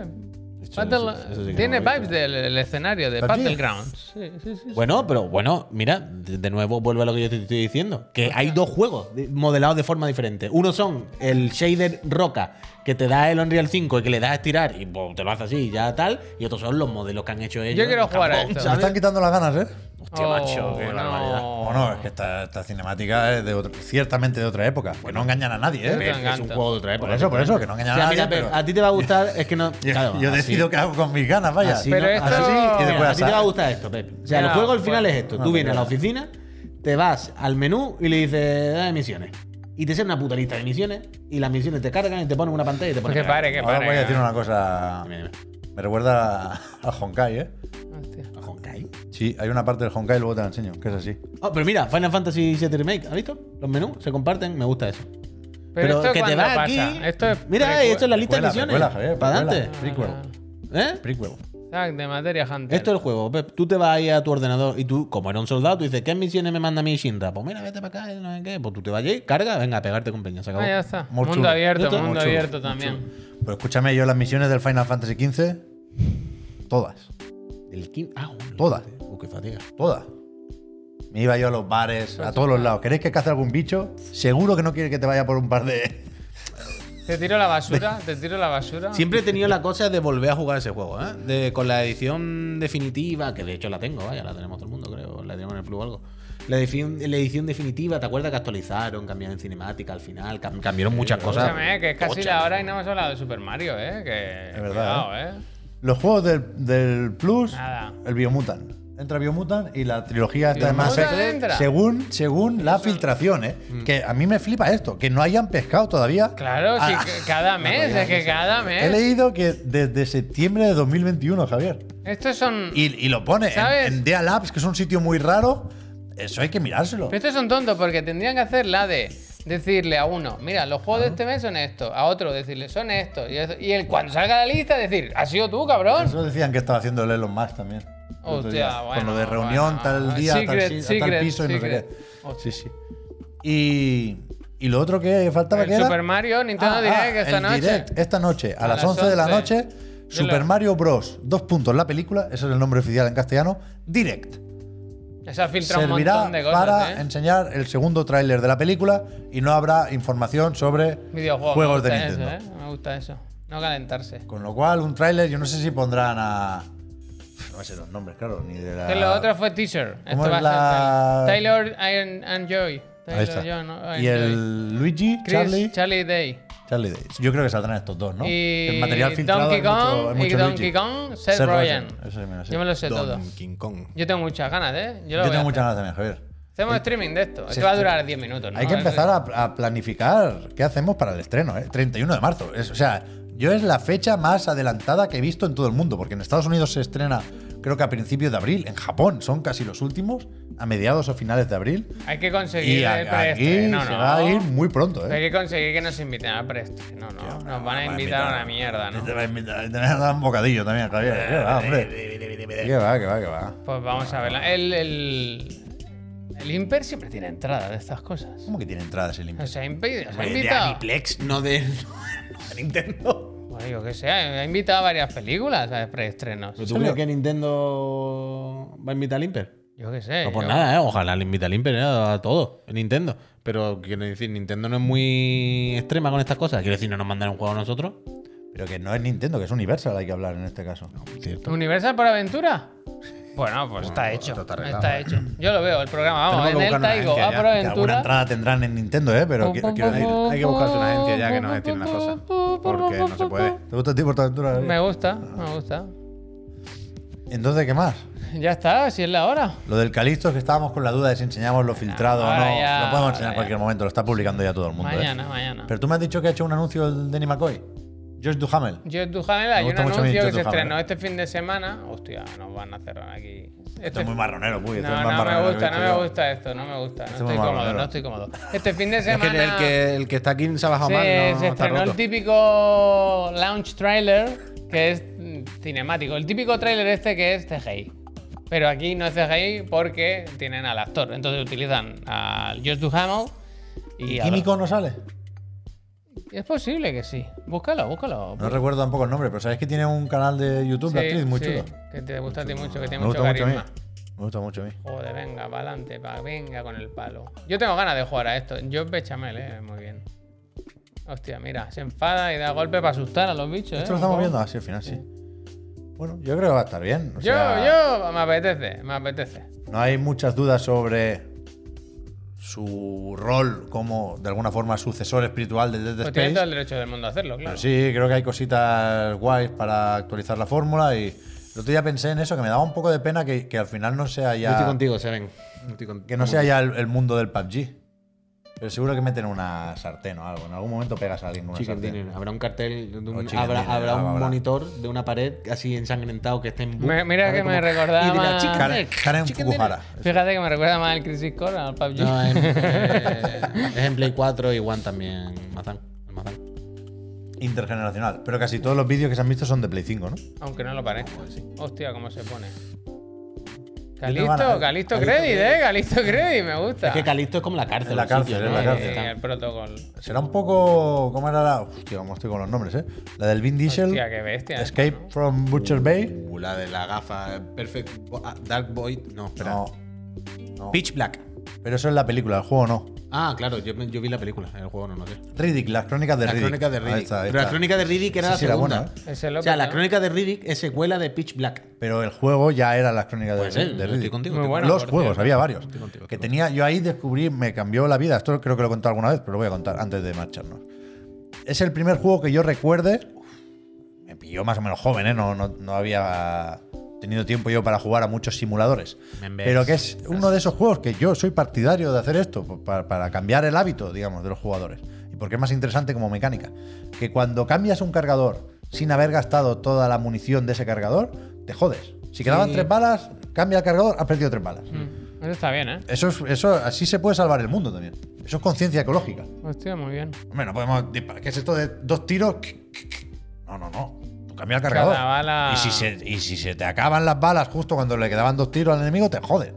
C: Eso-
A: ¿Eh? Battle-
C: eso- eso sí que no
A: tiene
C: lo he
A: vibes del el escenario de
B: PUBG.
A: Battlegrounds. Sí, sí, sí. sí.
C: Bueno, pero bueno, mira, de de nuevo vuelve a lo que yo te estoy diciendo. Que hay dos juegos de- modelados de forma diferente. Uno son el shader roca que te da el Unreal 5 y que le das a estirar y bo, te lo haces así y ya tal. Y otros son los modelos que han hecho ellos.
A: Yo quiero
C: en
A: jugar a
C: Japón,
A: esto.
B: Me
C: ¿sabes?
B: están quitando las ganas, ¿eh?
C: Hostia,
A: Oh,
C: macho, qué
A: no.
C: barbaridad.
B: Bueno, es que esta, esta cinemática es de otro- ciertamente de otra época. Que no engañan a nadie,
A: Pero
B: ¿eh?
A: tan-
C: Es un
A: encanta.
C: juego de otra época.
B: Por eso, por eso, que no
C: O sea,
B: engañan a nadie.
C: mira, Pep,
B: pero-
C: a ti te va a gustar, es que no.
B: Yo,
C: claro,
B: yo
C: así.
B: decido qué hago con mis ganas, vaya.
C: Así
A: Pero
C: no-
A: esto-
C: así,
B: y después
C: mira, a ti te
B: asar.
C: va a gustar esto, Pepe. O sea, el
A: Ya,
C: juego al
A: bueno.
C: final es esto.
B: No,
C: Tú
B: no,
C: vienes a la
B: no.
C: oficina, te vas al menú y le dices, dame misiones. Y te sale una puta lista de misiones y las misiones te cargan y te ponen una pantalla y te
A: Pues
C: ponen... Ah,
A: que pare, que
B: Ahora
A: pare.
B: voy a decir una cosa.
C: Dime, dime.
B: Me recuerda a- al Honkai, ¿eh?
A: Hostia.
C: ¿A Honkai?
B: Sí, hay una parte del Honkai, luego te la enseño, que es así.
C: Oh, pero mira, Final Fantasy VII Remake, ¿has visto? Los menús se comparten, me gusta eso. Pero,
A: esto
C: que te
A: cuando
C: va
A: pasa,
C: aquí.
A: Esto es
C: mira,
A: precu-
C: esto es la lista
B: Precuela,
C: de misiones.
B: precuela, Javier,
C: Para
B: precuela.
C: adelante.
B: Prequel.
C: ¿Eh?
B: Prequel.
A: Zack, de materia Hunter.
C: Esto es el juego. Pep. Tú te vas ahí a tu ordenador y tú, como era un soldado, tú dices, ¿qué misiones me manda a mí Shinra? Pues mira, vete para acá, no sé qué. Pues tú te vas allí, carga, venga, a pegarte con peña, se acabó.
A: Ah, ya está.
B: Muy
A: mundo
B: chulo.
A: abierto,
C: Ya está.
A: mundo
C: Muy chulo,
A: abierto
C: muy
A: también.
B: Pues escúchame, yo las misiones del Final Fantasy XV, todas,
C: El quin- Ah, bueno,
B: Todas.
C: Uh, qué fatiga.
B: todas. Me iba yo a los bares, a todos los lados. ¿Queréis que cace algún bicho? Seguro que no quiere que te vaya por un par de...
A: Te tiro la basura, te tiro la basura.
C: Siempre he tenido la cosa de volver a jugar ese juego, ¿eh? De- con la edición definitiva, que de hecho la tengo, vaya, la tenemos todo el mundo, creo, la tenemos en el club o algo. La edición, la edición definitiva, ¿te acuerdas que actualizaron, cambiaron cinemática al final, cam- cambiaron muchas cosas?
A: Escúchame, que es casi
C: Tochas.
A: la hora y no hemos hablado de Super Mario, ¿eh? Que,
B: Es verdad,
A: cuidado, ¿eh?
B: Los juegos del, del Plus,
A: Nada.
B: el Biomutant. Entra Biomutant y la trilogía está de Mass
A: ¿Biomutant
B: Effect,
A: entra? Mm.
B: según, según la filtración, ¿eh? Que a mí me flipa esto, que no hayan pescado todavía.
A: Claro, sí,
B: Ah,
A: que cada mes, es que cada
B: He
A: mes.
B: leído que desde septiembre de 2021, Javier.
A: Estos son.
B: Y, y lo pone en-
A: ¿Sabes?
B: en, DEA Labs, que es un sitio muy raro. Eso hay que mirárselo.
A: Pero estos son tontos porque tendrían que hacer la de decirle a uno, mira, los juegos de este mes son estos, a otro decirle son estos, y, eso- y el cuando salga la lista decir, has sido tú, cabrón.
B: Eso decían que estaba haciendo el Elon Musk también. El otro
A: Hostia,
B: día, Con
A: bueno,
B: lo de reunión
A: bueno.
B: tal día, tal
A: Secret,
B: si- a tal,
A: secret,
B: piso y no sé
A: secret.
B: qué. Sí,
A: Hostia.
B: sí. Y, y lo otro que faltaba
A: El
B: que era.
A: Super Mario, Nintendo Direct esta
B: Ah, el
A: noche.
B: Direct, esta noche, a,
A: A
B: las,
A: las
B: 11, de la
A: 11.
B: noche,
A: Yo
B: Super
A: lo-
B: Mario Bros. Dos puntos la película, ese es el nombre oficial en castellano. Direct.
A: Se ha filtrado un
B: eh, Servirá
A: montón de cosas,
B: para
A: ¿eh?
B: enseñar el segundo tráiler de la película y no habrá información sobre
A: Videojuegos,
B: juegos
A: me
B: de
A: gusta
B: Nintendo.
A: Eso, ¿eh? Me gusta eso. No calentarse.
B: Con lo cual, un tráiler, yo no sé si pondrán a. No sé los nombres, claro, ni de la.
A: Que lo otro fue teaser. Esto
B: Ah. ¿Cómo
A: va
B: es la-
A: a ser Taylor and, and Joy. Taylor
B: Ahí está.
A: John, ¿no? and
B: y
A: Joy.
B: el Luigi,
A: Chris,
B: Charlie,
A: Charlie, Day.
B: Charlie Days. Yo creo que saldrán estos dos, ¿no?
A: Y
B: el material filtrado
A: Donkey
B: es mucho-
A: Kong
B: es mucho
A: y Donkey
B: Luigi.
A: Kong, Seth,
B: Seth
A: Rogen.
B: Rogen, ese me lo sé.
A: Yo me lo sé todo.
E: Don King Kong.
A: Yo tengo muchas ganas, ¿eh? Yo, lo
B: Yo
A: voy a
B: tengo
A: hacer.
B: muchas ganas también, Javier.
A: Hacemos streaming de esto. Esto va a durar 10 minutos, ¿no?
B: Hay que
A: Eso-
B: empezar a, a planificar qué hacemos para el estreno, ¿eh? 31 de marzo. Es- o sea, yo es la fecha más adelantada que he visto en todo el mundo, porque en Estados Unidos se estrena creo que a principios de abril, en Japón son casi los últimos, a mediados o finales de abril.
A: Hay que
B: Y
A: conseguir
B: a-
A: el
B: aquí
A: preestreno,
B: se
A: ¿no?
B: va a ir muy pronto,
A: Hay
B: ¿eh?
A: que conseguir que nos inviten al preestreno, ¿no? Nos van a invitar a una mierda, ¿no?
B: Te va a invitar- te van a dar un bocadillo también, Javier. ¿Qué va, hombre? ¿Qué va, qué va, qué va?
A: Pues vamos a verla. El, el, el Imper siempre tiene entrada de estas cosas.
B: ¿Cómo que tiene entradas el
A: O
B: Imper?
A: sea, ha impi- os ha
C: De
A: invitado.
C: Aniplex, no de, no de Nintendo.
A: Bueno, yo que sé, ha invitado a varias películas a preestrenos.
C: ¿Pero tú crees que Nintendo va a invitar al Imper?
A: Yo que sé.
C: No por
A: yo-
C: nada, ¿eh? Ojalá le invite al Imper eh, a todo, a Nintendo. Pero quiero decir, Nintendo no es muy extrema con estas cosas. Quiero decir, no nos mandan un juego a nosotros.
B: Pero que no es Nintendo, que es Universal, hay que hablar en este caso.
C: Cierto.
A: ¿Universal por aventura? Bueno, pues está hecho.
B: está
A: Está,
B: arreglado,
A: hecho. Yo lo veo, el programa. Vamos,
E: Tenemos que
A: en el
E: buscar una
A: Taigo,
E: agencia
A: va
E: ya,
A: por
E: que
B: Que alguna
A: aventura.
B: entrada tendrán en Nintendo, ¿eh? Pero qui- quiero decir.
E: Hay que buscarse una agencia ya que nos destinen las cosas. Porque no se puede.
B: ¿Te gusta el tipo de aventura?
A: Me gusta, me gusta.
B: Entonces, ¿qué más?
A: Ya está, si es la hora.
B: Lo del Calixto es que estábamos con la duda de si enseñamos lo filtrado o
A: ahora
B: no.
A: Ah, ya,
B: lo podemos enseñar en
A: ahora
B: cualquier momento, lo está publicando ya todo el mundo. ¿eh?
A: Mañana, mañana.
B: Pero tú me has dicho que ha hecho un anuncio el Danny McCoy. Josh Duhamel.
A: Yo Duhamel, hay un
B: gusta mucho a mí
A: anuncio
B: Jet
A: que se
B: Duhamel.
A: estrenó este fin de semana. Hostia, nos van a cerrar aquí.
B: Esto
A: Este-
B: es muy marronero, puy. esto
A: no,
B: es más
A: no me
B: marronero que
A: gusta,
B: he
A: no
B: visto
A: me
B: yo.
A: gusta esto, no me gusta. No
B: Esto es
A: estoy
B: muy
A: cómodo,
B: marronero.
A: no estoy cómodo. Este fin de
E: Es que el,
A: semana
E: que el que está aquí se ha bajado
A: se,
E: mal. No,
A: se
E: está
A: estrenó
E: roto.
A: el típico launch trailer que es mm, cinemático. El típico trailer este que es CGI. Pero aquí no es CGI porque tienen al actor. Entonces utilizan al Josh Duhamel y,
B: ¿Y
A: a-
B: Químico no sale?
A: Es posible que sí. Búscalo, búscalo.
B: No recuerdo tampoco el nombre, pero sabes que tiene un canal de YouTube, la
A: Sí,
B: Ah, actriz, muy
A: sí,
B: chulo.
A: Que te gusta a ti mucho, que tiene
B: Me
A: mucho
B: gusta mucho a mí.
A: carisma. Eh,
B: Me gusta mucho a mí.
A: Joder, venga, para adelante, venga con el palo. Yo tengo ganas de jugar a esto. Yo bechamel, eh, muy bien. Hostia, mira, se enfada y da golpe para asustar a los bichos, eh.
B: Esto lo
A: un
B: estamos
A: poco.
B: viendo así al final, sí. Bueno, yo creo que va a estar bien. o
A: Yo,
B: sea,
A: yo, me apetece, me apetece. Pues
B: No hay muchas dudas sobre su rol como, de alguna forma, sucesor espiritual del Dead
A: Pues tiene todo el
B: Space.
A: derecho del mundo a hacerlo, claro.
B: Pero sí, creo que hay cositas guays para actualizar la fórmula y el otro día pensé en eso, que me daba un poco de pena que, que al final no sea
C: Yo estoy
B: ya,
C: contigo, Seven. Yo estoy contigo.
B: que no sea ya el, el mundo del PUBG. Pero seguro que meten una sartén o algo. En algún momento pegas a alguien con una
C: Chicken
B: sartén.
C: dinner. Habrá un cartel, de un-
B: O chicken
C: habrá,
B: dinner,
C: habrá un
B: habrá.
C: monitor de una pared así ensangrentado que esté en bu-
A: Me- mira
C: ¿sabes?
A: que me
C: Como-
A: recordaba
C: Y dirá,
A: más-
C: chicken
B: Karen-
C: dinner,
B: Karen
C: chicken dinner".
B: Fukuhara.
A: Fíjate que me recuerda más al Crisis Core, al PUBG.
C: No, eh. es, es en Play 4 y One también. Mazán. el Mazán.
B: Intergeneracional. Pero casi todos los vídeos que se han visto son de Play 5, ¿no?
A: Aunque no lo parezca. Hostia, cómo se pone.
B: Yo Pues tengo ganas-
A: Calisto, Calisto
B: Calisto
A: Credit, eh. Calisto Credit, me gusta.
C: Es que Calisto es como la cárcel.
B: En la
C: un
B: cárcel,
C: sitio,
B: en
C: ¿no?
B: la
A: Eh,
C: Y
B: cárcel.
C: está-
A: el protocolo.
B: Será un poco. ¿Cómo era la.? Hostia, cómo estoy con los nombres, ¿eh? La del Vin Diesel.
A: Hostia, qué bestia.
B: Escape from Butcher Bay.
C: Uh, la de la gafa. Perfect. Bo- ah, Dark Void. No, espera.
B: No.
C: Pitch Black.
B: Pero eso es la película, el juego no.
C: Ah, claro, yo, yo vi la película, el juego no, no sé.
B: Riddick, las crónicas de
C: La
B: Riddick.
C: crónica de Riddick.
B: Ahí está, ahí
C: Pero la
B: está.
C: crónica de Riddick era
B: Sí,
C: la
B: sí, era
C: segunda.
B: buena, ¿eh?
A: Ese loco,
C: O sea, la
A: ¿no?
C: crónica de Riddick es secuela de Pitch Black.
B: Pero el juego ya era las crónicas de,
C: Puede ser,
B: de
C: estoy
B: Riddick.
C: contigo,
A: Muy
C: estoy
A: bueno.
B: los
A: por
B: juegos,
A: cierto.
B: había varios.
C: Estoy contigo,
B: que
C: estoy
B: tenía, yo ahí descubrí, me cambió la vida. Esto creo que lo he contado alguna vez, pero lo voy a contar antes de marcharnos. Es el primer juego que yo recuerde. Me pilló más o menos joven, ¿eh? No, no, no había tenido tiempo yo para jugar a muchos simuladores.
C: Me ves.
B: Pero que es uno de esos juegos que yo soy partidario de hacer esto, pues, pa- para, cambiar el hábito, digamos, de los jugadores. Y porque es más interesante como mecánica. Que cuando cambias un cargador sin haber gastado toda la munición de ese cargador, te jodes. Si quedaban tres balas, cambia el cargador, has perdido tres balas.
A: Mm, Eso está bien, eh.
B: Eso, es- eso así se puede salvar el mundo también. Eso es conciencia ecológica.
A: Hostia, muy bien.
B: Hombre, no podemos disparar. ¿Qué es esto de dos tiros? No, no, no. Tú Cambia el
A: Cada
B: cargador.
A: bala-
B: Y, si se, y si se te acaban las balas justo cuando le quedaban dos tiros al enemigo, te joden.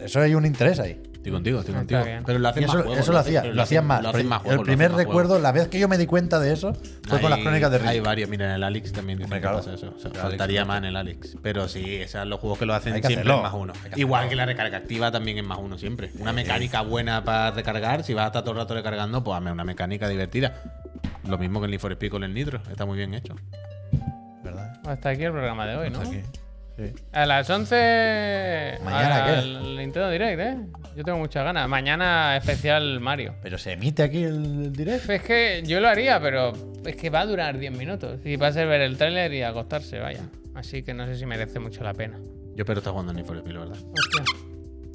B: Eso hay un interés ahí.
C: Estoy contigo, estoy
A: Está
C: contigo.
A: bien.
C: Pero lo hacen
B: Y eso
C: más juegos,
B: eso lo
C: hacen-
B: hacía,
C: pero
B: lo hacían más.
C: Lo hacen más
B: el
C: juegos, lo hacen
B: primer
C: más
B: recuerdo,
C: juegos.
B: la vez que yo me di cuenta de eso, fue con las
C: Hay-
B: crónicas de
C: Hay
B: Riddick.
C: varios, mira, en el Alex también dice
B: Hombre,
C: que
B: claro.
C: pasa eso. O sea,
B: El Alex,
C: faltaría más en el Alex. Pero sí, o sea, los juegos que lo hacen
B: Hay que
C: siempre
B: hacerlo.
C: es más uno.
B: Hay que
C: Igual
B: hacerlo.
C: que la recarga activa también es más uno siempre. Una mecánica buena para recargar, si vas a estar todo el rato recargando, pues hazme una mecánica divertida. Lo mismo que el Need for Speed con el Nitro, está muy bien hecho.
B: ¿Verdad?
A: Hasta aquí el programa de hoy, ¿no?
B: Hasta aquí. Sí.
A: A las 11.
B: ¿Mañana qué?
A: El Nintendo Direct, eh. Yo tengo muchas ganas. Mañana especial Mario.
B: Pero se emite aquí el, el directo.
A: Es que yo lo haría, pero es que va a durar 10 minutos. Y va a ser ver el tráiler y acostarse, vaya. Así que no sé si merece mucho la pena.
C: Yo espero estar jugando al Need for Speed, la verdad.
A: Hostia.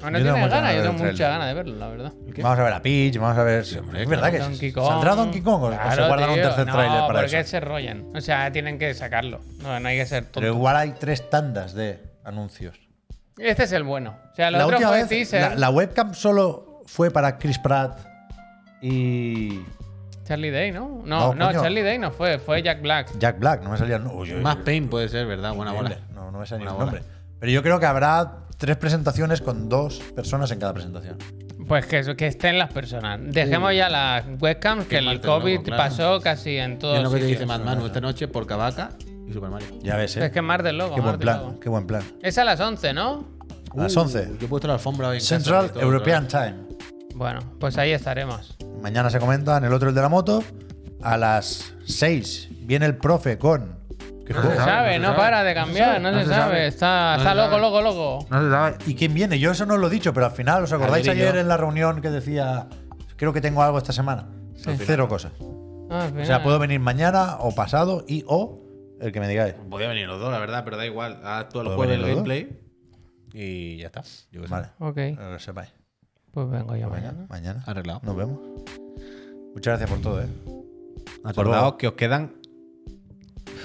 A: Bueno,
B: Yo tengo
A: tienes ganas,
B: muchas ganas de
A: yo
B: ver el
A: tengo muchas
B: tráiler.
A: ganas de verlo, la verdad.
B: Vamos a ver a Peach, vamos a ver.
C: hombre,
B: es verdad
C: claro.
B: que
A: Donkey Kong.
B: saldrá Donkey Kong o- o se
A: Claro,
B: guardan un
A: tío.
B: tercer tráiler
A: no,
B: para
A: porque
B: eso.
A: se rollan. O sea, tienen que sacarlo. No, no hay que ser
B: Pero
A: tonto.
B: igual hay tres tandas de anuncios.
A: Este es el bueno. O sea, el
B: La
A: otro
B: última
A: fue
B: vez,
A: teaser.
B: la, la webcam solo fue para Chris Pratt y
A: Charlie Day, ¿no? No,
B: No,
A: no,
B: coño.
A: Charlie Day no fue, fue Jack Black.
B: Jack Black. No me salía el no- uy, uy,
C: Más
B: uy,
C: Pain puede ser, ¿verdad? Buena bola.
B: Eh, increíble. No, no me salía
C: Una
B: el
C: bola.
B: nombre. Pero yo creo que habrá tres presentaciones con dos personas en cada presentación.
A: Pues que, eso, que estén las personas. Dejemos ya las webcams, que
C: Qué
A: el
C: martes
A: COVID
C: loco, claro.
A: pasó casi en todos
C: Es lo que te
A: sitios.
C: dice Mad Manu esta noche por Cavaca y Super Mario.
B: Ya ves, ¿eh?
A: Es que martes loco,
B: qué buen
A: martes
B: plan,
A: loco.
B: qué buen plan.
A: Es a las 11, ¿no?
B: A las
C: Uh,
B: 11.
C: Yo he puesto la alfombra hoy en casa y
B: Central
C: todo,
A: ¿eh?
B: European Time.
A: Bueno, pues ahí estaremos.
B: Mañana se comentan el otro el de la moto. A las 6 viene el profe con. ¿Qué
A: No se
B: juego?
A: sabe, no para de cambiar, no se sabe. Está está loco, loco, loco.
B: No se sabe. ¿Y quién viene? Yo eso no os lo he dicho, pero al final, ¿os acordáis
C: Ayer y yo.
B: ayer en la reunión que decía, creo que tengo algo esta semana? Cero cosas.
A: Ah, al
B: O
A: final.
B: sea, puedo venir mañana o pasado y o el que me digáis.
C: Podía venir los dos, la verdad, pero da igual. Haz tú el
B: ¿Puedo
C: jueves el
B: venir los dos?
C: gameplay y ya está. Yo qué sé.
B: Vale,
A: Ok,
B: que lo sepáis.
A: pues vengo yo
B: Venga,
A: mañana.
B: mañana.
C: Arreglado.
B: Nos vemos. Muchas gracias por todo, ¿eh?
C: Acordaos que os quedan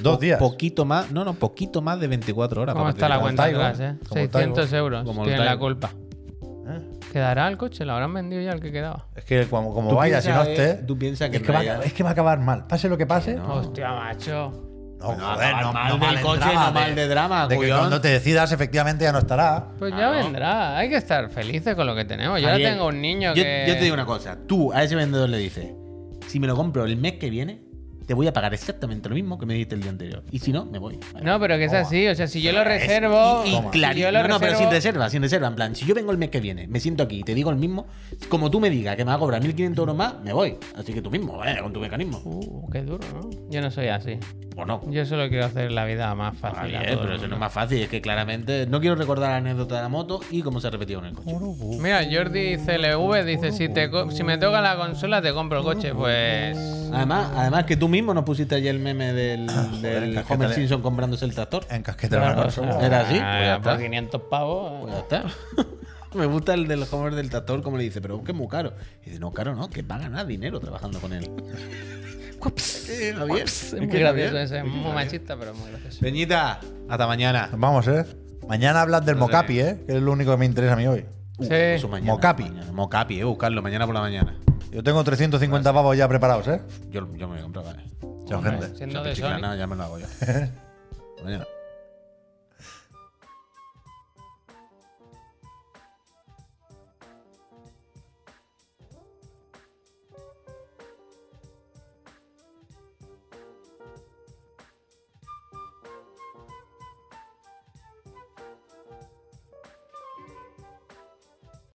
B: Dos días.
C: poquito más, no, no, poquito más de 24 horas.
A: ¿Cómo
C: para
A: está la
C: participar.
A: cuenta
B: Taigo,
A: atrás, eh?
B: como el Taigo.
A: 600 euros.
C: Como el
A: Tienen la
C: Taigo.
A: culpa.
B: ¿Eh?
A: ¿Quedará el coche? ¿Lo habrán vendido ya el que quedaba?
B: Es que como, como
C: Tú
B: vaya, si no
C: piensa, eh,
B: esté.
C: tú piensa que
B: es, que va,
C: vaya.
B: es que va a acabar mal. Pase lo que pase.
C: Que no.
A: Hostia, macho.
B: No,
C: Bueno,
B: joder,
C: acabar
B: no,
C: mal
B: no
C: del
B: en
C: coche, no mal de drama,
B: De que
C: Julián.
B: cuando te decidas, efectivamente ya no estará.
A: Pues
C: Claro.
A: ya vendrá, hay que estar felices con lo que tenemos. Yo
C: Javier,
A: ya tengo un niño
C: yo,
A: que.
C: yo te digo una cosa. Tú a ese vendedor le dices: Si me lo compro el mes que viene, te voy a pagar exactamente lo mismo que me dijiste el día anterior. Y si no, me voy. Vale.
A: No, pero que es
B: Toma.
A: así, o sea, si yo lo reservo.
C: Y, y
A: si
C: claro,
A: yo
C: no,
A: lo
C: no, pero
A: reservo-
C: sin reserva, sin reserva. En plan, si yo vengo el mes que viene, me siento aquí y te digo el mismo, como tú me digas que me va a cobrar 1.500 euros más, me voy. Así que tú mismo, vaya, con tu mecanismo.
A: Uh, qué duro, ¿no? Yo no soy así.
C: O no.
A: Yo solo quiero hacer la vida más fácil.
C: Vale,
A: a
C: eh,
A: todo
C: pero
A: el
C: eso no es
A: mundo.
C: más fácil. Es que claramente no quiero recordar la anécdota de la moto y cómo se repetía en el coche.
A: Mira, Jordi CLV dice: si, te co- si me toca la consola, te compro el coche. Pues.
C: Además, además que tú mismo nos pusiste ayer el meme del, del
B: encasquétale.
C: Homer Simpson comprándose el tractor.
B: En casqueta.
A: o sea,
C: ¿Era así? Pues ya
A: por
C: está.
A: 500 pavos.
C: Pues ya está. Me gusta el del Homer del tractor, como le dice, pero que es muy caro. Y dice, no, caro no, que va a ganar dinero trabajando con él. Eh, Javier,
A: Es
C: que
A: muy
C: Javier,
A: gracioso ese, es muy machista, pero muy gracioso.
E: Peñita, hasta mañana.
B: Vamos, eh. Mañana hablas del
E: No sé.
B: mocapi, eh. Que es lo único que me interesa a mí hoy.
C: Uh,
A: Sí.
C: eso mañana,
B: Mocapi.
C: mañana. Mocapi, eh, buscarlo mañana por la mañana.
B: Yo tengo 350 pavos ya preparados, eh.
C: Yo, yo me voy a comprar, vale.
B: Chao,
A: Hombre,
B: gente.
A: siendo
C: Esa
A: de
C: pichiclana
A: Sonic.
C: ya me la hago yo. mañana.